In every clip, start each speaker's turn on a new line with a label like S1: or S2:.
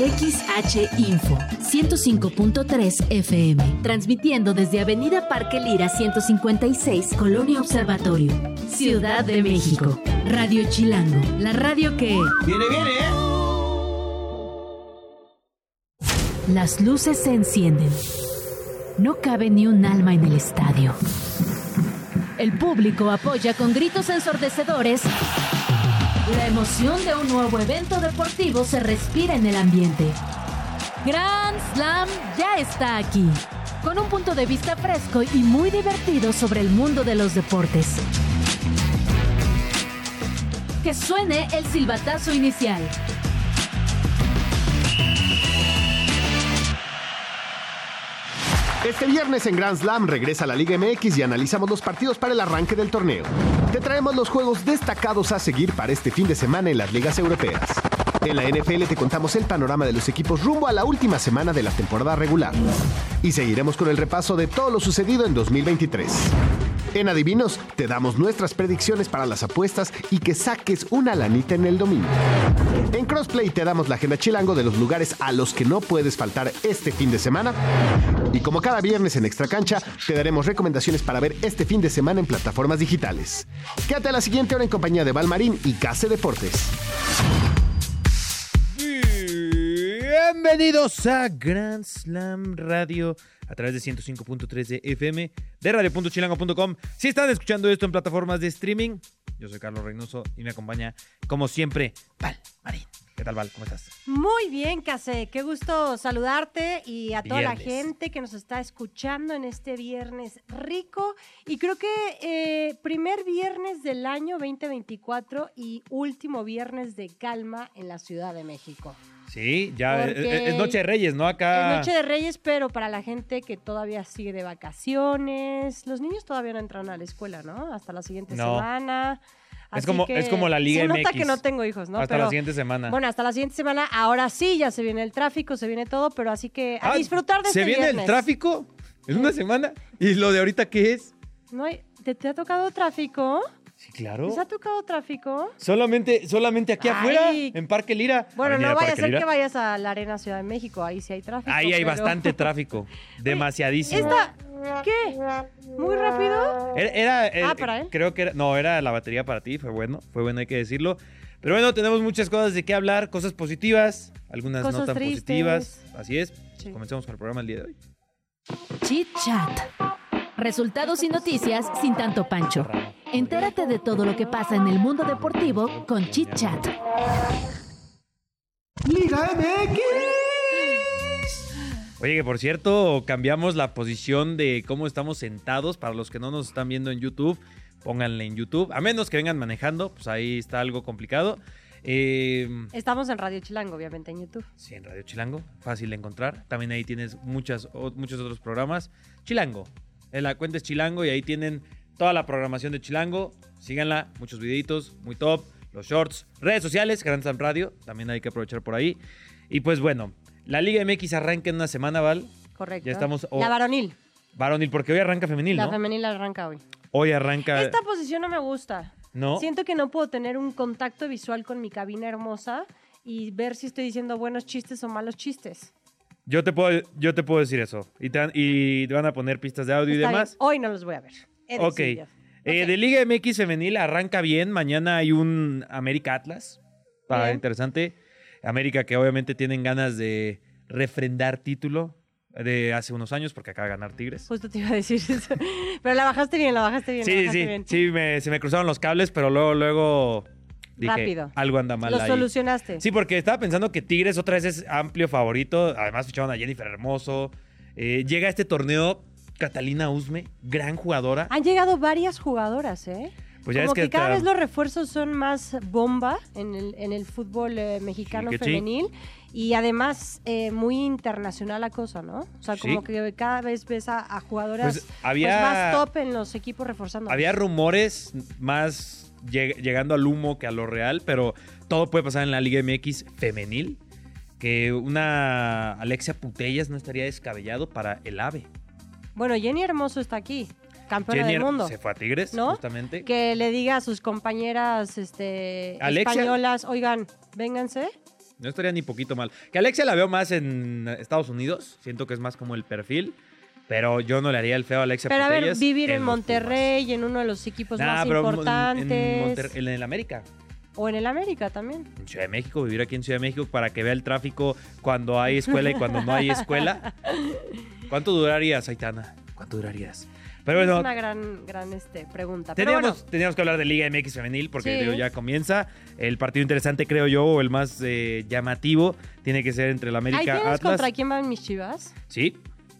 S1: XH Info 105.3 FM, transmitiendo desde Avenida Parque Lira 156, Colonia Observatorio, Ciudad de México. Radio Chilango, la radio que...
S2: Viene, viene, ¿eh?
S1: Las luces se encienden. No cabe ni un alma en el estadio. El público apoya con gritos ensordecedores. La emoción de un nuevo evento deportivo se respira en el ambiente. Grand Slam ya está aquí, con un punto de vista fresco y muy divertido sobre el mundo de los deportes. Que suene el silbatazo inicial.
S3: Este viernes en Grand Slam regresa a la Liga MX y analizamos los partidos para el arranque del torneo. Te traemos los juegos destacados a seguir para este fin de semana en las ligas europeas. En la NFL te contamos el panorama de los equipos rumbo a la última semana de la temporada regular. Y seguiremos con el repaso de todo lo sucedido en 2023. En Adivinos te damos nuestras predicciones para las apuestas y que saques una lanita en el domingo. En Crossplay te damos la agenda chilango de los lugares a los que no puedes faltar este fin de semana. Y como cada viernes en Extra Cancha, te daremos recomendaciones para ver este fin de semana en plataformas digitales. Quédate a la siguiente hora en compañía de Valmarín y Case Deportes.
S4: Bienvenidos a Grand Slam Radio a través de 105.3 de FM de radio.chilango.com. Si están escuchando esto en plataformas de streaming, yo soy Carlos Reynoso y me acompaña, como siempre, Val Marín. ¿Qué tal, Val? ¿Cómo estás?
S5: Muy bien, Case. Qué gusto saludarte y a toda la
S4: Viernes.
S5: gente que nos está escuchando en este viernes rico. Y creo que eh, primer viernes del año 2024 y último viernes de calma en la Ciudad de México.
S4: Sí, ya eh,
S5: Porque-
S4: es, es Noche de Reyes, ¿no? Acá.
S5: Es Noche de Reyes, pero para la gente que todavía sigue de vacaciones. Los niños todavía no entran a la escuela, ¿no? Hasta la siguiente
S4: No.
S5: semana.
S4: Es como- es como la Liga
S5: se nota
S4: MX.
S5: que no tengo hijos, ¿no?
S4: Hasta
S5: Pero-
S4: la siguiente semana.
S5: Bueno, hasta la siguiente semana. Ahora sí, ya se viene el tráfico, se viene todo, pero así que a
S4: Ah,
S5: disfrutar de
S4: ¿Se
S5: este
S4: viene el
S5: viernes.
S4: tráfico? En una semana. ¿Y lo de ahorita qué es?
S5: No hay- ¿te, te ha tocado tráfico?
S4: Sí, claro.
S5: ¿Te ha tocado tráfico?
S4: Solamente, solamente aquí afuera,
S5: Ay.
S4: en Parque Lira.
S5: Bueno,
S4: Avenida
S5: no vaya a
S4: Parque
S5: ser
S4: Lira.
S5: que vayas a la Arena Ciudad de México, ahí sí hay tráfico.
S4: Ahí hay
S5: pero-
S4: bastante tráfico. Demasiadísimo.
S5: Esta, ¿qué? ¿Muy rápido?
S4: Era, era, eh,
S5: Ah, ¿para él?
S4: creo que era, no, era la batería para ti, fue bueno, fue bueno, hay que decirlo. Pero bueno, tenemos muchas cosas de qué hablar, cosas positivas, algunas no
S5: Cosas
S4: tan
S5: tristes.
S4: positivas. Así es,
S5: Sí.
S4: comencemos con el programa el día de hoy.
S1: Chit Chat. Resultados y noticias sin tanto pancho. Entérate de todo lo que pasa en el mundo deportivo con Chit Chat.
S2: Liga MX.
S4: Oye, que por cierto, cambiamos la posición de cómo estamos sentados. Para los que no nos están viendo en YouTube, pónganle en YouTube. A menos que vengan manejando, pues ahí está algo complicado. Eh,
S5: Estamos en Radio Chilango, obviamente, en YouTube.
S4: sí, en Radio Chilango, fácil de encontrar. También ahí tienes muchas, o- muchos otros programas. Chilango, en la cuenta es Chilango y ahí tienen toda la programación de Chilango. Síganla, muchos videitos, muy top, los shorts, redes sociales, Grand Slam Radio, también hay que aprovechar por ahí. Y pues bueno, la Liga MX arranca en una semana, Val.
S5: Correcto.
S4: Ya estamos- o-
S5: La varonil.
S4: Varonil, porque hoy arranca femenil,
S5: La
S4: ¿no?
S5: femenil arranca hoy.
S4: Hoy arranca.
S5: Esta posición no me gusta.
S4: ¿No?
S5: Siento que no puedo tener un contacto visual con mi cabina hermosa y ver si estoy diciendo buenos chistes o malos chistes.
S4: Yo te puedo, yo te puedo decir eso. Y te, van- y te van a poner pistas de audio y
S5: Está bien,
S4: demás.
S5: Hoy no los voy a ver. He
S4: Ok.
S5: decidido.
S4: Eh,
S5: Ok.
S4: De Liga MX femenil arranca bien. Mañana hay un América Atlas. Está
S5: Bien.
S4: interesante. América que obviamente tienen ganas de refrendar título de hace unos años porque acaba de ganar Tigres.
S5: Justo te iba a decir eso. Pero la bajaste bien, la bajaste bien. la
S4: sí,
S5: bajaste
S4: sí,
S5: Pues bien.
S4: sí, me- se me cruzaron los cables, pero luego, luego dije,
S5: Rápido.
S4: algo anda mal
S5: Lo
S4: ahí.
S5: solucionaste.
S4: Sí, porque estaba pensando que Tigres otra vez es amplio favorito. Además, ficharon a Jennifer Hermoso. Eh, llega a este torneo Catalina Usme, gran jugadora.
S5: Han llegado varias jugadoras, ¿eh?
S4: Pues ya
S5: Como
S4: es que
S5: que, cada
S4: está-
S5: vez los refuerzos son más bomba en el, en el fútbol eh, mexicano
S4: Sí, que sí.
S5: femenil y además eh, muy internacional la cosa, ¿no? O sea,
S4: Sí.
S5: como que cada vez ves a, a jugadoras
S4: Pues, había-
S5: pues, más top en los equipos reforzando.
S4: Había rumores más lleg- llegando al humo que a lo real, pero todo puede pasar en la Liga MX femenil. Que una Alexia Putellas no estaría descabellado para el AVE.
S5: Bueno, Jenny Hermoso está aquí, campeona
S4: Jennifer
S5: del mundo.
S4: se fue a Tigres,
S5: ¿No?
S4: justamente.
S5: Que le diga a sus compañeras este,
S4: Alexia.
S5: españolas, oigan, vénganse,
S4: No estaría ni poquito mal. Que Alexia la veo más en Estados Unidos. Siento que es más como el perfil. Pero yo no le haría el feo a Alexia
S5: Pero a ver,
S4: Putellas
S5: vivir en
S4: los
S5: Monterrey, en uno de los equipos
S4: Pumas. Nah,
S5: más
S4: pero en-
S5: importantes.
S4: En, Monter- en el América.
S5: O en el América también.
S4: En Ciudad de México, vivir aquí en Ciudad de México para que vea el tráfico cuando hay escuela y cuando no hay escuela. ¿Cuánto durarías, Aitana? ¿Cuánto durarías? Pero
S5: es
S4: bueno,
S5: una gran, gran este, pregunta. Pero
S4: Teníamos,
S5: bueno,
S4: teníamos que hablar de Liga MX femenil porque
S5: Sí.
S4: digo, ya comienza. El partido interesante, creo yo, o el más eh, llamativo, tiene que ser entre la
S5: ahí
S4: América
S5: tienes
S4: Atlas.
S5: contra quién van mis chivas.
S4: Sí,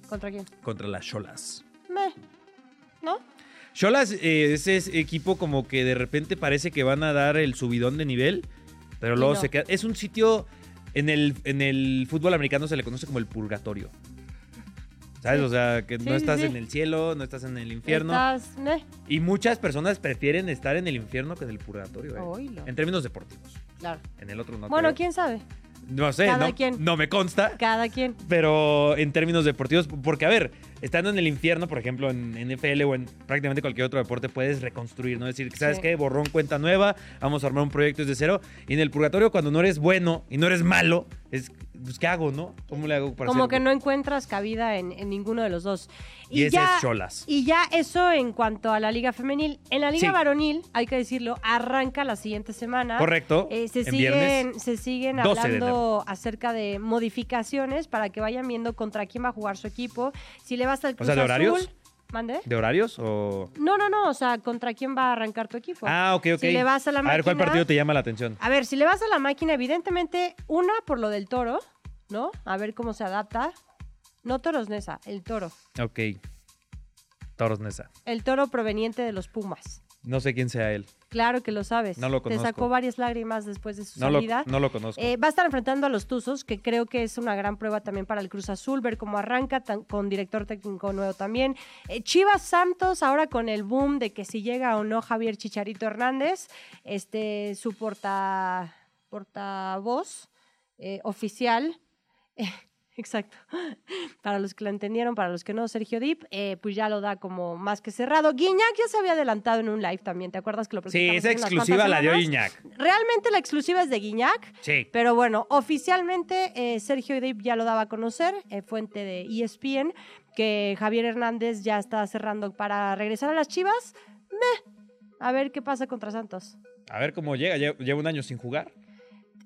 S5: ¿Contra quién?
S4: contra las Cholas.
S5: Meh. ¿No?
S4: Cholas eh, es ese equipo como que de repente parece que van a dar el subidón de nivel, pero
S5: Y
S4: luego
S5: no.
S4: se queda. Es un sitio en el, en el fútbol americano se le conoce como el purgatorio. ¿Sabes? O sea, que
S5: Sí,
S4: no
S5: sí,
S4: estás
S5: sí.
S4: en el cielo, no estás en el infierno.
S5: Estás- meh.
S4: Y muchas personas prefieren estar en el infierno que en el purgatorio. eh,
S5: Oílo.
S4: En términos deportivos.
S5: Claro.
S4: En el otro no.
S5: Bueno,
S4: creo.
S5: quién sabe.
S4: No sé,
S5: cada
S4: no,
S5: quien.
S4: no me consta.
S5: Cada quien.
S4: Pero en términos deportivos, porque a ver, estando en el infierno, por ejemplo, en NFL o en prácticamente cualquier otro deporte, puedes reconstruir, ¿no? Es decir, ¿sabes
S5: Sí.
S4: qué? Borrón cuenta nueva, vamos a armar un proyecto desde cero. Y en el purgatorio, cuando no eres bueno y no eres malo, es, pues, ¿qué hago, no? ¿Cómo le hago para
S5: Como
S4: ser
S5: que
S4: bu-
S5: no encuentras cabida en, en ninguno de los dos.
S4: Y, ese
S5: ya,
S4: es Cholas.
S5: y ya eso en cuanto a la liga femenil. En la liga
S4: Sí.
S5: varonil, hay que decirlo, arranca la siguiente semana.
S4: Correcto.
S5: Eh, se,
S4: en viernes.
S5: siguen, se siguen
S4: 12 de
S5: hablando acerca de modificaciones para que vayan viendo contra quién va a jugar su equipo. Si le vas al
S4: O
S5: Cruz
S4: sea, ¿de horarios?
S5: Azul, ¿mande?
S4: ¿De horarios o...?
S5: No, no, no, o sea, contra quién va a arrancar tu equipo.
S4: Ah, ok, ok.
S5: Pues, Si le vas a la
S4: ver, ¿cuál
S5: máquina-
S4: partido te llama la atención?
S5: A ver, si le vas a la máquina, evidentemente, una por lo del toro, ¿no? A ver cómo se adapta. No toros Nesa, el toro.
S4: Ok. Toros Nesa.
S5: El toro proveniente de los Pumas.
S4: No sé quién sea él.
S5: Claro que lo sabes.
S4: No lo
S5: Te
S4: conozco.
S5: sacó varias lágrimas después de su
S4: No lo,
S5: salida.
S4: no lo conozco.
S5: Eh, va a estar enfrentando a los Tuzos, que creo que es una gran prueba también para el Cruz Azul, ver cómo arranca tan- con director técnico nuevo también. Eh, Chivas Santos, ahora con el boom de que si llega o no Javier Chicharito Hernández, este, su porta, portavoz eh, oficial. eh, Exacto. Para los que lo entendieron, para los que no, Sergio Dip, eh, pues ya lo da como más que cerrado. Guiñac ya se había adelantado en un live también, ¿te acuerdas que lo
S4: sí,
S5: platicamos
S4: esa
S5: hace unas
S4: exclusiva
S5: cuantas
S4: la dio
S5: semanas?
S4: Iñak.
S5: Realmente la exclusiva es de Guiñac,
S4: Sí.
S5: pero bueno, oficialmente eh, Sergio Dip ya lo daba a conocer, eh, fuente de ESPN, que Javier Hernández ya está cerrando para regresar a las Chivas. Meh. A ver qué pasa contra Santos.
S4: A ver cómo llega. Lle- Lleva un año sin jugar.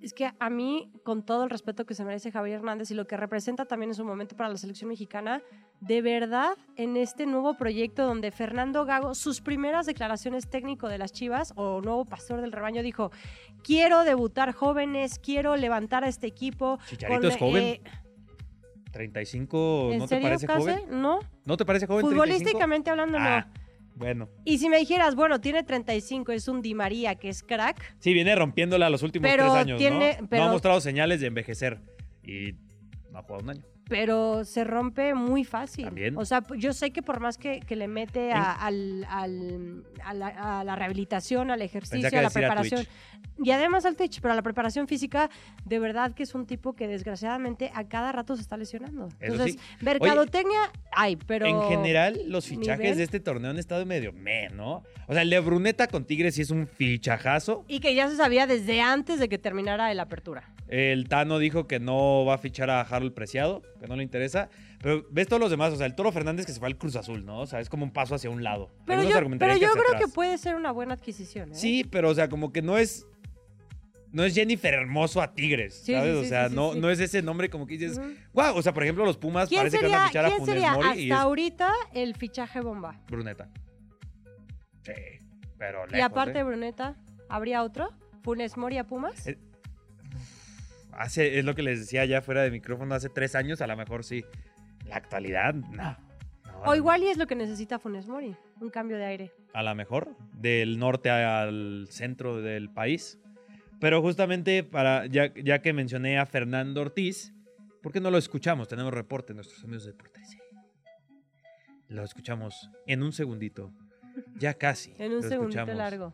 S5: Es que a mí, con todo el respeto que se merece Javier Hernández y lo que representa también en su momento para la selección mexicana, de verdad, en este nuevo proyecto donde Fernando Gago, sus primeras declaraciones técnico de las Chivas o nuevo pastor del rebaño, dijo, quiero debutar jóvenes, quiero levantar a este equipo.
S4: Chicharito
S5: con,
S4: es joven.
S5: eh,
S4: 35,
S5: ¿En
S4: ¿no te
S5: serio,
S4: parece
S5: Case?
S4: joven?
S5: No.
S4: ¿No te parece joven? 35?
S5: Futbolísticamente hablando,
S4: Ah,
S5: no.
S4: bueno.
S5: Y si me dijeras, bueno, tiene 35, es un Di María que es crack.
S4: Sí, viene rompiéndola los últimos
S5: Pero
S4: tres años,
S5: tiene-
S4: ¿no?
S5: pero-
S4: No ha mostrado señales de envejecer. Y no ha jugado un año.
S5: pero se rompe muy fácil.
S4: También.
S5: O sea, yo sé que por más que, que le mete a, al- al- a la, a la rehabilitación, al ejercicio,
S4: que
S5: a la
S4: decir a
S5: preparación.
S4: Twitch.
S5: y además al Twitch, pero a la preparación física, de verdad que es un tipo que desgraciadamente a cada rato se está lesionando.
S4: Eso
S5: Entonces,
S4: sí.
S5: mercadotecnia hay, pero.
S4: en general, los fichajes
S5: nivel.
S4: de este torneo han estado medio meh, ¿no? O sea, el de Bruneta con Tigres sí es un fichajazo.
S5: Y que ya se sabía desde antes de que terminara el apertura.
S4: El Tano dijo que no va a fichar a Harold Preciado, que no le interesa. Pero ves todos los demás, o sea, el Toro Fernández que se fue al Cruz Azul, ¿no? O sea, es como un paso hacia un lado.
S5: Pero
S4: Algunos
S5: yo, pero
S4: argumentarían
S5: yo
S4: hacia
S5: creo que
S4: atrás.
S5: puede ser una buena adquisición. ¿eh?
S4: Sí, pero o sea, como que no es. No es Jennifer Hermoso a Tigres,
S5: Sí,
S4: ¿sabes?
S5: sí,
S4: o
S5: sí,
S4: sea,
S5: sí, sí,
S4: no,
S5: sí.
S4: no es ese nombre como que dices,
S5: Ujú.
S4: wow, o sea, por ejemplo, los Pumas
S5: ¿Quién
S4: parece que van a
S5: sería,
S4: fichar a
S5: quién
S4: Funes
S5: sería
S4: Mori y
S5: hasta
S4: es
S5: ahorita el fichaje bomba?
S4: Bruneta. Sí, pero lejos,
S5: Y aparte
S4: ¿eh?
S5: de Bruneta, ¿habría otro? ¿Funes Mori a Pumas?
S4: Eh, Hace, es lo que les decía ya fuera de micrófono, hace tres años a lo mejor sí. En la actualidad, no. No,
S5: O igual y es lo que necesita Funes Mori, un cambio de aire.
S4: a lo mejor, del norte al centro del país. Pero justamente para, ya, ya que mencioné a Fernando Ortiz, ¿por qué no lo escuchamos? Tenemos reporte, nuestros amigos de Por 13. Lo escuchamos en un segundito. Ya casi.
S5: En
S4: lo
S5: un segundito
S4: escuchamos.
S5: largo.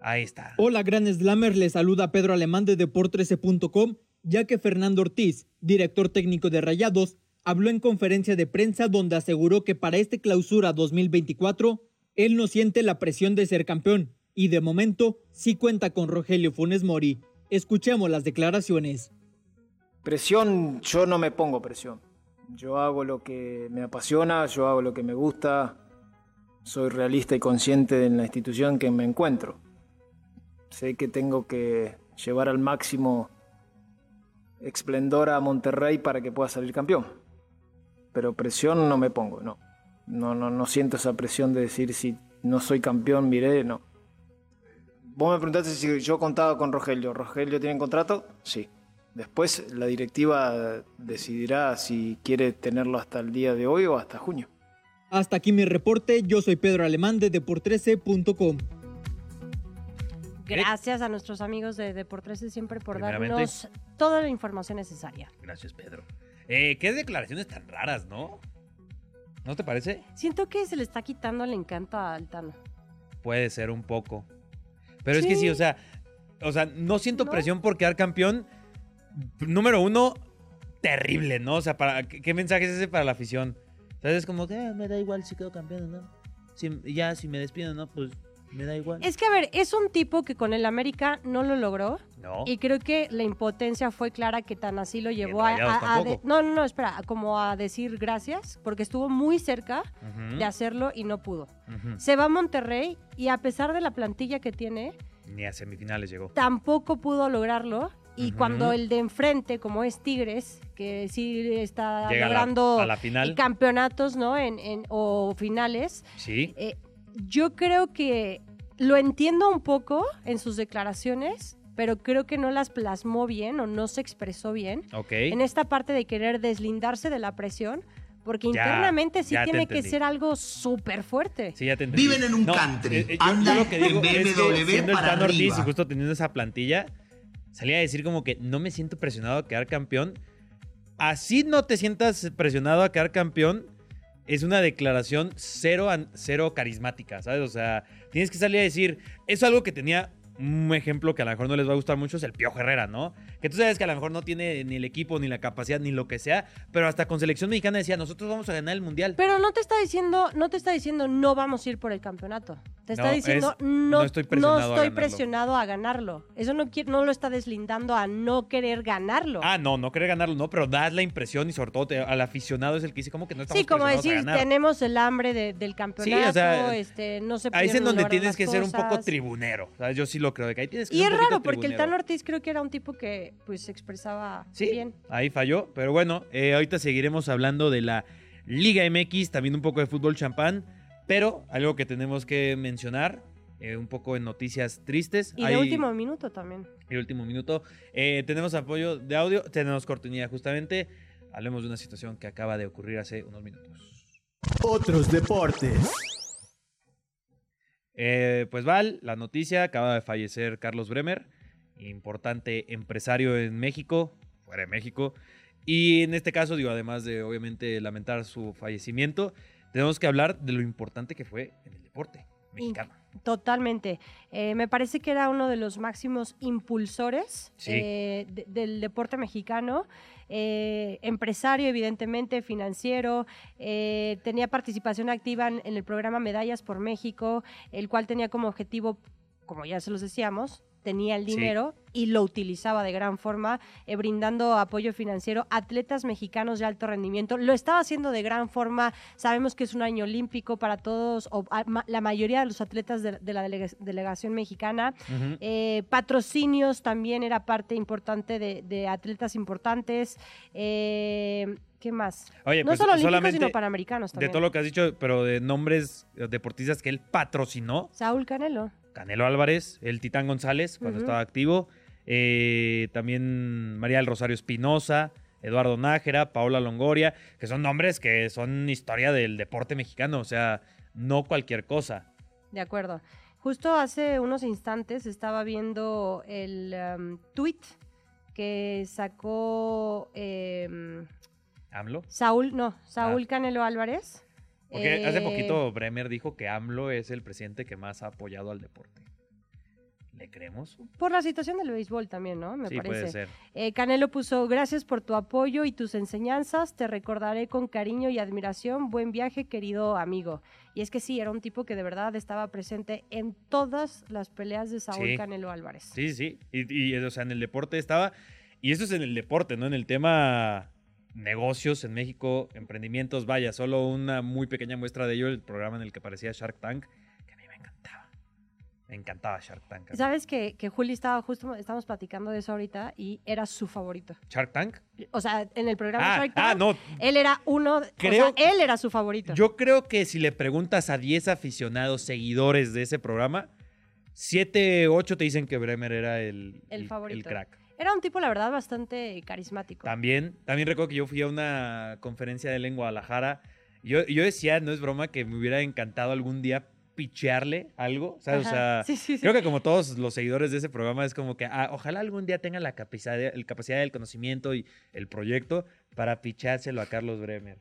S4: Ahí está.
S6: Hola Gran Slammer, les saluda Pedro Alemán de Deport13.com, ya que Fernando Ortiz, director técnico de Rayados, habló en conferencia de prensa donde aseguró que para este clausura 2024, él no siente la presión de ser campeón y de momento sí cuenta con Rogelio Funes Mori. Escuchemos las declaraciones.
S7: Presión, yo no me pongo presión. Yo hago lo que me apasiona, yo hago lo que me gusta. Soy realista y consciente de la institución que me encuentro. Sé que tengo que llevar al máximo esplendor a Monterrey para que pueda salir campeón. Pero presión no me pongo, no. No, no, no siento esa presión de decir si no soy campeón, miré, no. Vos me preguntaste si yo contaba con Rogelio. ¿Rogelio tiene contrato? Sí. Después la directiva decidirá si quiere tenerlo hasta el día de hoy o hasta junio.
S6: Hasta aquí mi reporte. Yo soy Pedro Alemán de Depor13.com.
S5: Gracias a nuestros amigos de Deportes siempre por
S4: Primeramente.
S5: darnos toda la información necesaria.
S4: Gracias, Pedro. Eh, qué declaraciones tan raras, ¿no? ¿No te parece?
S5: Siento que se le está quitando el encanto a Altano.
S4: Puede ser un poco. Pero es que sí,
S5: Sí.
S4: o sea, o sea, no siento
S5: No.
S4: presión por quedar campeón. Número uno, terrible, ¿no? O sea, para, ¿qué, qué mensaje es ese para la afición? ¿Sabes? Es Como que "Ah, me da igual si quedo campeón o no. Si- ya, si me despiden o no, pues me da igual.
S5: Es que, a ver, es un tipo que con el América no lo logró.
S4: No.
S5: Y creo que la impotencia fue clara que tan así lo llevó a,
S4: Rayados
S5: a- a de-
S4: tampoco.
S5: no, no, no, espera, como a decir gracias, porque estuvo muy cerca
S4: Ujú,
S5: de hacerlo y no pudo.
S4: ujú.
S5: Se va a Monterrey y a pesar de la plantilla que tiene,
S4: Ni a semifinales llegó.
S5: tampoco pudo lograrlo. Y
S4: Ujú.
S5: cuando el de enfrente, como es Tigres, que sí está
S4: Llega a la,
S5: logrando
S4: a la final.
S5: campeonatos, ¿no? En, en- o finales,
S4: Sí.
S5: eh, yo creo que lo entiendo un poco en sus declaraciones, pero creo que no las plasmó bien o no se expresó bien
S4: Ok.
S5: en esta parte de querer deslindarse de la presión, porque
S4: Ya,
S5: internamente sí
S4: ya te
S5: tiene que
S4: entendí.
S5: ser algo súper fuerte.
S4: Sí, ya te entendí. eh,
S2: Viven en un country. Andan en BMW
S4: siendo el
S2: para
S4: Tan Ortiz
S2: arriba.
S4: y justo teniendo esa plantilla, salía a decir como que no me siento presionado a quedar campeón. Así no te sientas presionado a quedar campeón. Es una declaración cero, an- cero carismática, ¿sabes? O sea, tienes que salir a decir. Es algo que tenía un ejemplo que a lo mejor no les va a gustar mucho, es el Piojo Herrera, ¿no? Que tú sabes que a lo mejor no tiene ni el equipo, ni la capacidad, ni lo que sea, pero hasta con selección mexicana decía, nosotros vamos a ganar el mundial.
S5: Pero no te está diciendo, no te está diciendo no vamos a ir por el campeonato. Te está
S4: No,
S5: diciendo
S4: es,
S5: no,
S4: "No estoy
S5: no
S4: presionado a
S5: estoy
S4: ganarlo".
S5: presionado a ganarlo. Eso no, quiere- no lo está deslindando a no querer ganarlo.
S4: Ah, no, no querer ganarlo, no, pero das la impresión y sobre todo te- al aficionado es el que dice como que no estamos
S5: sí, como
S4: presionados a
S5: decir,
S4: ganar.
S5: tenemos el hambre de- del campeonato,
S4: sea,
S5: este, no se
S4: Ahí es en
S5: pudieron
S4: donde
S5: lograr
S4: tienes
S5: las
S4: que ser un poco
S5: cosas.
S4: tribunero. O sea, yo sí lo creo. de que ahí tienes que
S5: Y
S4: ser
S5: es
S4: un poquito
S5: raro, porque el
S4: tribunero.
S5: Tan Ortiz creo que era un tipo que pues se expresaba
S4: Sí,
S5: bien.
S4: ahí falló. Pero bueno, eh, ahorita seguiremos hablando de la Liga MX, también un poco de fútbol champán. Pero algo que tenemos que mencionar, eh, un poco en noticias tristes.
S5: Y
S4: Hay-
S5: de último minuto también.
S4: el último minuto. Eh, tenemos apoyo de audio, tenemos cortinilla justamente. Hablemos de una situación que acaba de ocurrir hace unos minutos.
S2: Otros deportes.
S4: Eh, pues Val, la noticia, acaba de fallecer Carlos Bremer, importante empresario en México, fuera de México. Y en este caso, digo, además de obviamente lamentar su fallecimiento, tenemos que hablar de lo importante que fue en el deporte mexicano.
S5: Totalmente. Eh, me parece que era uno de los máximos impulsores
S4: Sí.
S5: eh, de- del deporte mexicano. Eh, empresario, evidentemente, financiero. eh, tenía participación activa en, en el programa Medallas por México, el cual tenía como objetivo, como ya se los decíamos, tenía el
S4: Sí.
S5: dinero y lo utilizaba de gran forma, eh, brindando apoyo financiero a atletas mexicanos de alto rendimiento. Lo estaba haciendo de gran forma. Sabemos que es un año olímpico para todos, o a- ma- la mayoría de los atletas de, de la delega- delegación mexicana.
S4: Ujú.
S5: Eh, patrocinios también era parte importante de, de atletas importantes. Eh, ¿Qué más?
S4: Oye,
S5: no
S4: pues,
S5: solo olímpicos,
S4: solamente
S5: sino panamericanos
S4: de
S5: Pues también.
S4: todo lo que has dicho, pero de nombres eh, deportistas que él patrocinó,
S5: Saúl Canelo.
S4: Canelo Álvarez, el Titán González, cuando
S5: Ujú.
S4: estaba activo, eh, también María del Rosario Espinosa, Eduardo Nájera, Paola Longoria, que son nombres que son historia del deporte mexicano, o sea, no cualquier cosa.
S5: De acuerdo. Justo hace unos instantes estaba viendo el em, tweet que sacó em,
S4: ¿AMLO?
S5: Saúl, no, Saúl Canelo Álvarez.
S4: Porque Ah. hace
S5: Eh,
S4: poquito Bremer dijo que AMLO es el presidente que más ha apoyado al deporte. ¿Le creemos?
S5: Por la situación del béisbol también, ¿no? Me
S4: sí,
S5: parece.
S4: puede ser.
S5: Eh, Canelo puso, gracias por tu apoyo y tus enseñanzas, te recordaré con cariño y admiración, buen viaje querido amigo. Y es que sí, era un tipo que de verdad estaba presente en todas las peleas de Saúl
S4: Sí.
S5: Canelo Álvarez.
S4: Sí, sí. Y, y, o sea, en el deporte estaba. Y eso es en el deporte, ¿no? En el tema negocios en México, emprendimientos, vaya, solo una muy pequeña muestra de ello, el programa en el que aparecía Shark Tank, que a mí me encantaba. Me encantaba Shark Tank.
S5: Y Sabes que, que Juli estaba justo, estamos platicando de eso ahorita y era su favorito.
S4: ¿Shark Tank?
S5: O sea, en el programa
S4: Ah,
S5: Shark
S4: ah,
S5: Tank,
S4: no.
S5: él era uno,
S4: Creo-
S5: o sea, él era su favorito.
S4: Yo creo que si le preguntas a 10 aficionados, seguidores de ese programa, 7, 8 te dicen que Bremer era el,
S5: El favorito.
S4: crack.
S5: Era un tipo, la verdad, bastante carismático.
S4: También, también recuerdo que yo fui a una conferencia de él en Guadalajara. Y yo, y yo decía, no es broma, que me hubiera encantado algún día pichearle algo. ¿sabes? O
S5: Ajá.
S4: sea,
S5: Sí, sí, sí.
S4: creo que como todos los seguidores de ese programa es como que ah, ojalá algún día tenga la capacidad, el capacidad del conocimiento y el proyecto para pichárselo a Carlos Bremer.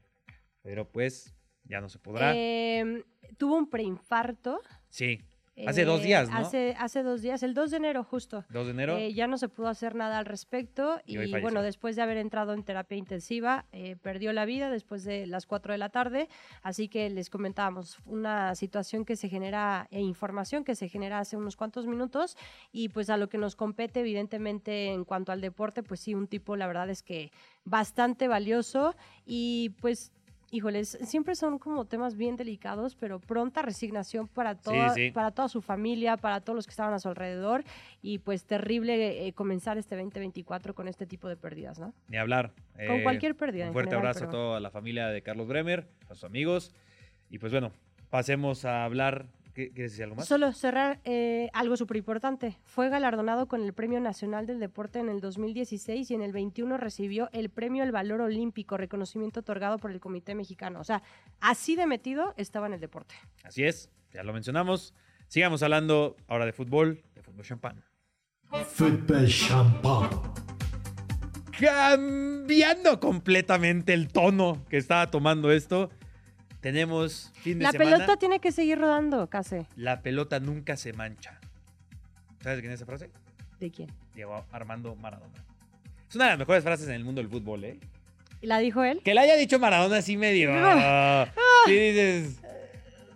S4: Pero pues ya no se podrá.
S5: Eh, tuvo un preinfarto.
S4: sí, hace
S5: eh,
S4: dos días, ¿no?
S5: Hace, hace dos días, el 2 de enero justo.
S4: 2 de enero.
S5: Eh, ya no se pudo hacer nada al respecto
S4: Y
S5: y,
S4: hoy falleció.
S5: bueno, después de haber entrado en terapia intensiva, eh, perdió la vida después de las 4 de la tarde, así que les comentábamos una situación que se genera e información que se genera hace unos cuantos minutos y pues a lo que nos compete evidentemente en cuanto al deporte, pues sí, un tipo la verdad es que bastante valioso y pues... Híjoles, siempre son como temas bien delicados, pero pronta resignación para toda,
S4: sí.
S5: para toda su familia, para todos los que estaban a su alrededor y pues terrible eh, comenzar este 2024 con este tipo de pérdidas, ¿no?
S4: Ni hablar. Eh,
S5: Con cualquier pérdida
S4: Un
S5: en
S4: fuerte
S5: general,
S4: abrazo
S5: pero-
S4: a toda la familia de Carlos Bremer, a sus amigos. Y pues bueno, pasemos a hablar. ¿Qué- ¿Quieres decir algo más?
S5: Solo cerrar eh, algo súper importante. Fue galardonado con el Premio Nacional del Deporte en el 2016 y en el 21 recibió el Premio al Valor Olímpico, reconocimiento otorgado por el Comité Mexicano. O sea, así de metido estaba en el deporte.
S4: Así es, ya lo mencionamos. Sigamos hablando ahora de fútbol, de fútbol champán.
S2: Football Champán.
S4: Cambiando completamente el tono que estaba tomando esto, tenemos fin de
S5: La
S4: semana.
S5: pelota tiene que seguir rodando, casi.
S4: La pelota nunca se mancha. ¿Sabes quién es esa frase?
S5: ¿De quién?
S4: Diego Armando Maradona. Es una de las mejores frases en el mundo del fútbol, ¿eh?
S5: ¿La dijo él?
S4: Que la haya dicho Maradona así medio. ah, Sí, dices.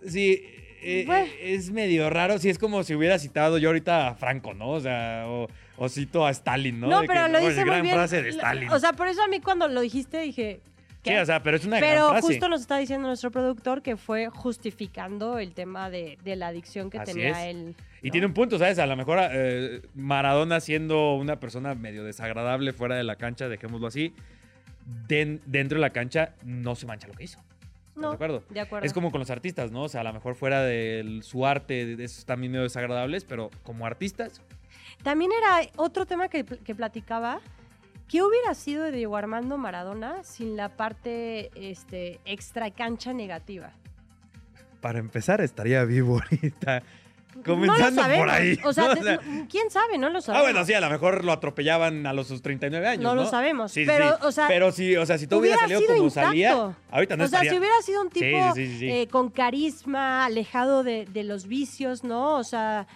S4: Sí. eh,
S5: Ah. Bueno.
S4: es medio raro, si es como si hubiera citado yo ahorita a Franco, ¿no? O sea, o, o cito a Stalin, ¿no?
S5: No,
S4: De que,
S5: pero lo
S4: "No, es
S5: dice muy
S4: gran
S5: bien.
S4: frase de Stalin.
S5: O sea, por eso a mí cuando lo dijiste dije...
S4: Sí, o sea, pero es una gran
S5: Pero
S4: frase.
S5: justo nos está diciendo nuestro productor que fue justificando el tema de, de la adicción que
S4: Así
S5: tenía
S4: es.
S5: él.
S4: Y tiene un punto, ¿sabes? A lo mejor eh, Maradona siendo una persona medio desagradable fuera de la cancha, dejémoslo así, den- dentro de la cancha no se mancha lo que hizo. ¿Estás
S5: No,
S4: de acuerdo?
S5: de acuerdo.
S4: Es como con los artistas, ¿no? O sea, a lo mejor fuera de el- su arte, de esos también medio desagradables, pero como artistas,
S5: También era otro tema que, pl- que platicaba. ¿Qué hubiera sido de Diego Armando Maradona sin la parte este, extra cancha negativa?
S4: para empezar, estaría vivo ahorita.
S5: no lo
S4: Comenzando
S5: sabemos.
S4: por ahí.
S5: O sea,
S4: ¿no?
S5: te- no- ¿quién sabe? No lo
S4: Ah,
S5: sabemos.
S4: bueno, sí, a lo mejor lo atropellaban a los sus 39 años. No,
S5: No lo sabemos, pero, o sea,
S4: pero sí, o sea, si tú hubieras
S5: hubiera
S4: salido
S5: sido
S4: como
S5: intacto.
S4: salía, ahorita no
S5: o sea,
S4: estaría.
S5: si hubiera sido un
S4: Sí,
S5: tipo
S4: sí, sí, sí.
S5: eh, con carisma, alejado de, de los vicios, ¿no? O sea,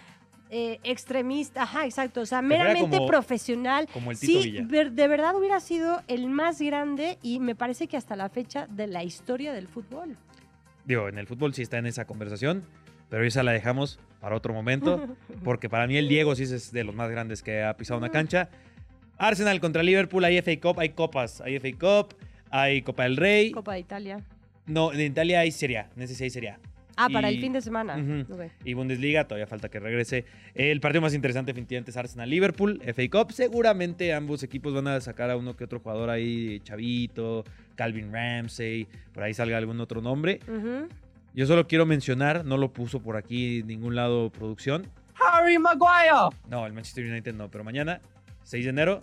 S5: eh, extremista, ajá, exacto. O sea,
S4: fuera
S5: meramente
S4: como-
S5: profesional.
S4: como el Tito
S5: sí,
S4: Villa.
S5: ver- de verdad hubiera sido el más grande y me parece que hasta la fecha de la historia del fútbol.
S4: Digo, en el fútbol sí está en esa conversación, pero esa la dejamos para otro momento, porque para mí el Diego sí es de los más grandes que ha pisado una cancha. Arsenal contra Liverpool, hay FA Cup, hay copas, hay FA Cup, hay Copa del Rey.
S5: Copa de Italia.
S4: No, en Italia hay Serie A, en ese sí hay Serie A.
S5: Ah, para
S4: Y-
S5: el fin de semana.
S4: Ujú.
S5: Ok.
S4: Y Bundesliga, todavía falta que regrese. El partido más interesante definitivamente es Arsenal-Liverpool, FA Cup. Seguramente ambos equipos van a sacar a uno que otro jugador ahí, Chavito, Calvin Ramsey, por ahí salga algún otro nombre.
S5: Ujú.
S4: Yo solo quiero mencionar, no lo puso por aquí en ningún lado producción.
S6: Harry Maguire.
S4: No, el Manchester United no, pero mañana, 6 de enero,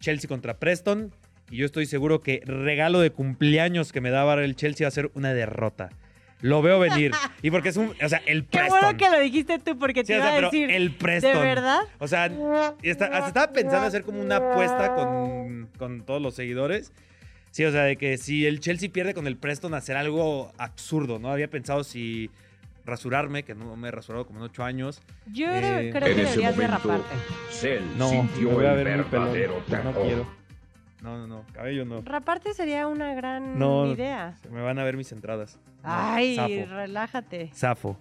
S4: Chelsea contra Preston. Y yo estoy seguro que regalo de cumpleaños que me daba el Chelsea va a ser una derrota. Lo veo venir. Y porque es un. O sea, el
S5: Qué
S4: Preston.
S5: bueno que lo dijiste tú porque
S4: Sí,
S5: te
S4: o
S5: iba
S4: sea,
S5: a
S4: pero
S5: decir.
S4: el Preston.
S5: ¿De verdad?
S4: O sea, y hasta, hasta estaba pensando hacer como una apuesta con, con todos los seguidores. Sí, o sea, de que si el Chelsea pierde con el Preston, hacer algo absurdo, ¿no? Había pensado si rasurarme, que no me he rasurado como en ocho años.
S5: Yo de-
S4: Eh,
S5: creo que
S8: En ese
S5: deberías
S8: momento,
S5: derraparte.
S8: Cell
S4: No, me
S8: sintió
S4: voy a
S8: el
S4: ver muy pelón.
S8: verdadero
S4: No
S8: terror.
S4: quiero. No, no, no, cabello no.
S5: Raparte sería una gran
S4: No.
S5: idea.
S4: Se me van a ver mis entradas.
S5: Ay,
S4: Sapo.
S5: relájate.
S4: Zafo.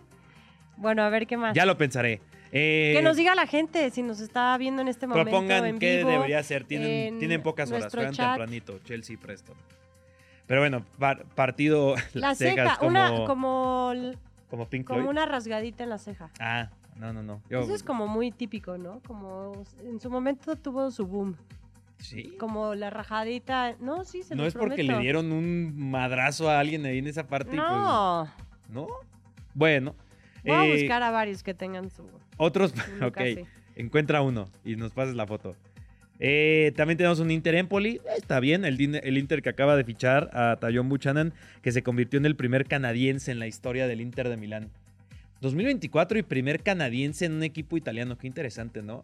S5: Bueno, a ver qué más.
S4: Ya lo pensaré. Eh,
S5: que Ah. nos diga la gente si nos está viendo en este momento.
S4: propongan
S5: en
S4: qué
S5: vivo,
S4: debería ser. Tienen,
S5: en
S4: tienen pocas horas,
S5: nuestro
S4: juegan
S5: chat.
S4: tempranito, Chelsea y Preston. Pero bueno, par- partido
S5: La
S4: Las
S5: ceja,
S4: Vegas como,
S5: una, como, l-
S4: como Pink
S5: como
S4: Floyd.
S5: una rasgadita en la ceja.
S4: Ah, no, no, no. Yo-
S5: Eso es como muy típico, ¿no? Como en su momento tuvo su boom.
S4: ¿Sí?
S5: Como la rajadita. No, sí, se
S4: No
S5: los
S4: es porque
S5: prometo.
S4: le dieron un madrazo a alguien ahí en esa parte. y
S5: No,
S4: pues, ¿No? Bueno.
S5: voy a
S4: eh,
S5: buscar a varios que tengan su.
S4: Otros,
S5: su
S4: ok.
S5: casi.
S4: Encuentra uno y nos pases la foto. Eh, también tenemos un Inter Empoli. Eh, Está bien, el, din- el Inter que acaba de fichar a Tayon Buchanan, que se convirtió en el primer canadiense en la historia del Inter de Milán. 2024 y primer canadiense en un equipo italiano. Qué interesante, ¿no?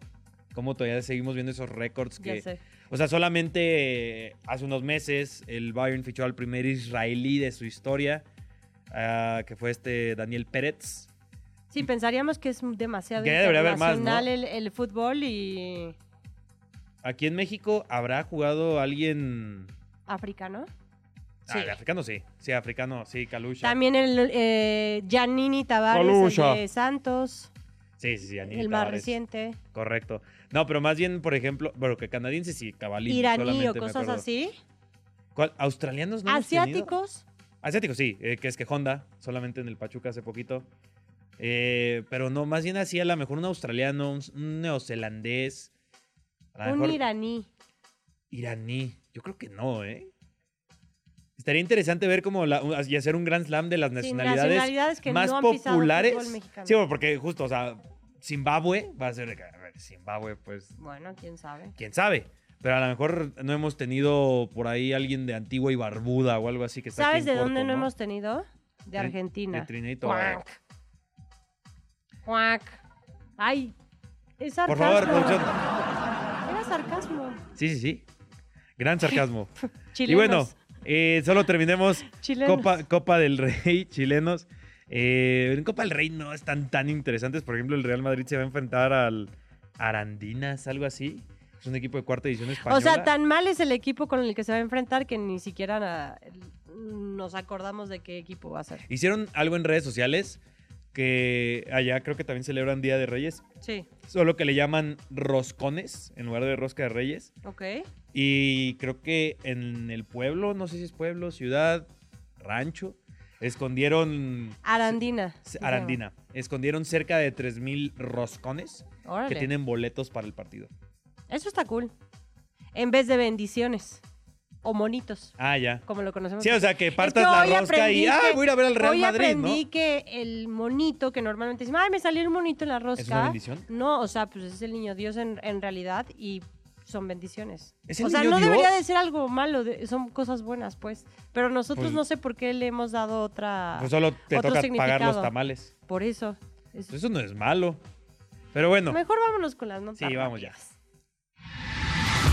S4: Cómo todavía seguimos viendo esos récords
S5: Ya
S4: que...
S5: sé.
S4: O sea, solamente eh, hace unos meses el Bayern fichó al primer israelí de su historia, ah, que fue este Daniel Pérez.
S5: Sí, pensaríamos que es demasiado
S4: Que ya debería haber más,
S5: internacional
S4: ¿no?
S5: el, el fútbol y
S4: Aquí en México habrá jugado alguien
S5: africano.
S4: Ah, el africano sí. Sí, africano, sí, Kalusha.
S5: También el eh, Giannini Tavares,
S4: Colucha.
S5: el de Santos,
S4: Sí, sí, sí, Anita
S5: el más
S4: Tavares.
S5: reciente.
S4: Correcto. No, pero más bien, por ejemplo, bueno, que canadienses sí, cabalí.
S5: Iraní o cosas así.
S4: ¿Australianos no hemos tenido?
S5: Asiáticos.
S4: Asiáticos sí, eh, que es que Honda, solamente en el Pachuca hace poquito. Eh, pero no, más bien así, a lo mejor un australiano, un, un neozelandés. A lo
S5: Un
S4: mejor
S5: iraní.
S4: iraní. Yo creo que no, ¿eh? Estaría interesante ver como la- y hacer un grand slam de las
S5: Sí,
S4: nacionalidades
S5: nacionalidades que
S4: más
S5: no han pisado fútbol
S4: populares.
S5: mexicano.
S4: Sí, bueno, porque justo, o sea, Zimbabue va a ser. de que, a ver, Zimbabue, pues,
S5: Bueno, quién sabe.
S4: quién sabe. Pero a lo mejor no hemos tenido por ahí alguien de Antigua y Barbuda o algo así que está aquí en
S5: ¿Sabes de
S4: corto,
S5: dónde no
S4: ¿no?
S5: hemos tenido? De
S4: De-
S5: Argentina.
S4: de Trinidad y Tobago.
S5: Cuac. Cuac. Ay, es
S4: Por
S5: sarcasmo.
S4: favor, producción.
S5: Era sarcasmo.
S4: Sí, sí, sí. Gran sarcasmo.
S5: Chilenos.
S4: y bueno, eh, solo terminemos
S5: Chilenos.
S4: Copa, Copa del Rey, chilenos. Eh, en Copa del Rey no están tan interesantes. Por ejemplo, el Real Madrid se va a enfrentar al Arandinas, algo así. Es un equipo de cuarta edición española.
S5: O sea, tan mal es el equipo con el que se va a enfrentar que ni siquiera na- nos acordamos de qué equipo va a ser.
S4: Hicieron algo en redes sociales que allá creo que también celebran Día de Reyes,
S5: Sí,
S4: solo que le llaman roscones en lugar de rosca de reyes.
S5: ok.
S4: Y creo que en el pueblo, no sé si es pueblo, ciudad, rancho, escondieron
S5: Arandina. se llama.
S4: Arandina, escondieron cerca de 3000 roscones que
S5: Órale.
S4: tienen boletos para el partido.
S5: Eso está cool. En vez de bendiciones o monitos,
S4: Ah, ya.
S5: como lo conocemos.
S4: Sí, o sea, que partas
S5: Es que hoy
S4: la rosca
S5: aprendí
S4: y ah,
S5: que-
S4: voy a ir a ver al Real
S5: Hoy
S4: Madrid, ¿no?
S5: aprendí que el monito que normalmente decimos, ay, me salió el monito en la rosca.
S4: ¿Es una bendición?
S5: No, o sea, pues es el niño Dios en, en realidad y son bendiciones.
S4: ¿Es el
S5: o sea,
S4: niño
S5: no debería
S4: Dios?
S5: de ser algo malo, de- son cosas buenas, pues. Pero nosotros
S4: Pues-
S5: no sé por qué le hemos dado otra.
S4: Pues solo Pues te toca
S5: Otro
S4: pagar
S5: significado.
S4: los tamales.
S5: Por eso. Es-
S4: Eso no es malo. Pero bueno,
S5: Mejor vámonos con las notas.
S4: Sí, vamos ya.
S5: rápidas.